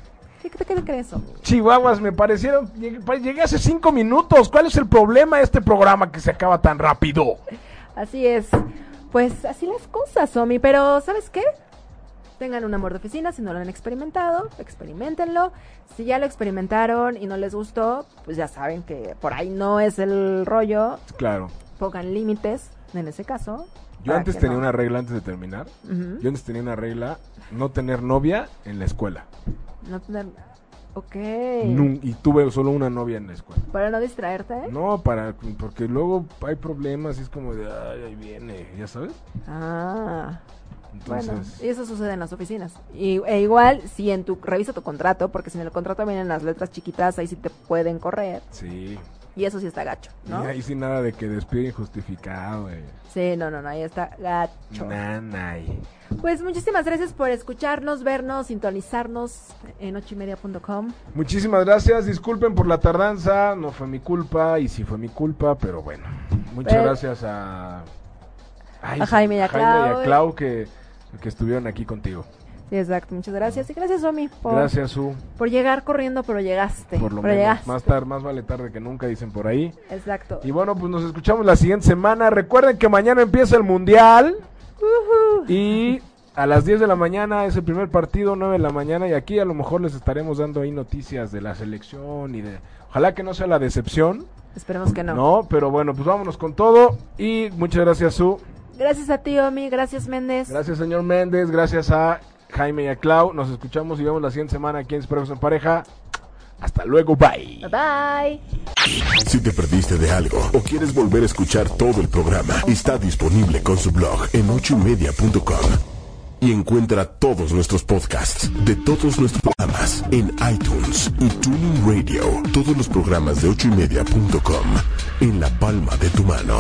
[SPEAKER 1] ¿qué qué- qué te crees, Omar?
[SPEAKER 5] Chihuahuas, me parecieron. Llegué, pa- llegué hace cinco minutos. ¿Cuál es el problema de este programa que se acaba tan rápido?
[SPEAKER 1] Así es. Pues así las cosas, Omi. Pero, ¿sabes qué? Tengan un amor de oficina si no lo han experimentado, experimentenlo. Si ya lo experimentaron y no les gustó, pues ya saben que por ahí no es el rollo.
[SPEAKER 5] Claro.
[SPEAKER 1] Pongan límites en ese caso.
[SPEAKER 5] Yo
[SPEAKER 1] para
[SPEAKER 5] antes
[SPEAKER 1] Ah, que
[SPEAKER 5] tenía
[SPEAKER 1] no-
[SPEAKER 5] una regla antes de terminar.
[SPEAKER 1] Ujú.
[SPEAKER 5] Yo antes tenía una regla no tener novia en la escuela.
[SPEAKER 1] No tener. Ok.
[SPEAKER 5] Nun- y tuve solo una novia en la escuela.
[SPEAKER 1] Para no distraerte.
[SPEAKER 5] No, para porque luego hay problemas y es como de, ay, ahí viene, ya sabes.
[SPEAKER 1] Ah.
[SPEAKER 5] Entonces,
[SPEAKER 1] Bueno, y eso sucede en las oficinas. Y, e igual, si en tu revisa tu contrato, porque si en el contrato vienen las letras chiquitas, ahí sí te pueden correr.
[SPEAKER 5] sí.
[SPEAKER 1] Y eso sí está gacho, ¿no?
[SPEAKER 5] Y ahí sí nada de que despide injustificado, eh.
[SPEAKER 1] Sí, no, no, no, ahí está gacho.
[SPEAKER 5] Nanay.
[SPEAKER 1] Pues muchísimas gracias por escucharnos, vernos, sintonizarnos en ochimedia.com.
[SPEAKER 5] Muchísimas gracias, disculpen por la tardanza, no fue mi culpa y sí fue mi culpa, pero bueno. Muchas
[SPEAKER 1] Pero-
[SPEAKER 5] gracias a, Ay,
[SPEAKER 1] A
[SPEAKER 5] sí,
[SPEAKER 1] Jaime y a
[SPEAKER 5] Jaime
[SPEAKER 1] Clau.
[SPEAKER 5] Clau que, que estuvieron aquí contigo.
[SPEAKER 1] Sí, exacto, muchas gracias. Y gracias, Omi, por,
[SPEAKER 5] Gracias, Su.
[SPEAKER 1] por llegar corriendo, pero llegaste.
[SPEAKER 5] por lo
[SPEAKER 1] Este, pero
[SPEAKER 5] menos.
[SPEAKER 1] llegaste.
[SPEAKER 5] Más tarde, más vale tarde que nunca, dicen por ahí.
[SPEAKER 1] Exacto.
[SPEAKER 5] Y bueno, pues nos escuchamos la siguiente semana. Recuerden que mañana empieza el Mundial. Y a las 10 de la mañana es el primer partido, 9 de la mañana. Y aquí a lo mejor les estaremos dando ahí noticias de la selección y de... Ojalá que no sea la decepción.
[SPEAKER 1] Esperemos que
[SPEAKER 5] No,
[SPEAKER 1] no.
[SPEAKER 5] pero bueno, pues vámonos con todo. Y muchas gracias, Su.
[SPEAKER 1] Gracias a ti, Omi. Gracias, Méndez.
[SPEAKER 5] Gracias, señor Méndez. Gracias a Jaime y a Clau. Nos escuchamos y vemos la siguiente semana aquí en Espejos en Pareja. Hasta luego, bye.
[SPEAKER 1] Bye bye.
[SPEAKER 6] Si te perdiste de algo o quieres volver a escuchar todo el programa, está disponible con su blog en ochoymedia.com. Y encuentra todos nuestros podcasts de todos nuestros programas en iTunes y Tuning Radio. Todos los programas de ochoymedia.com en la palma de tu mano.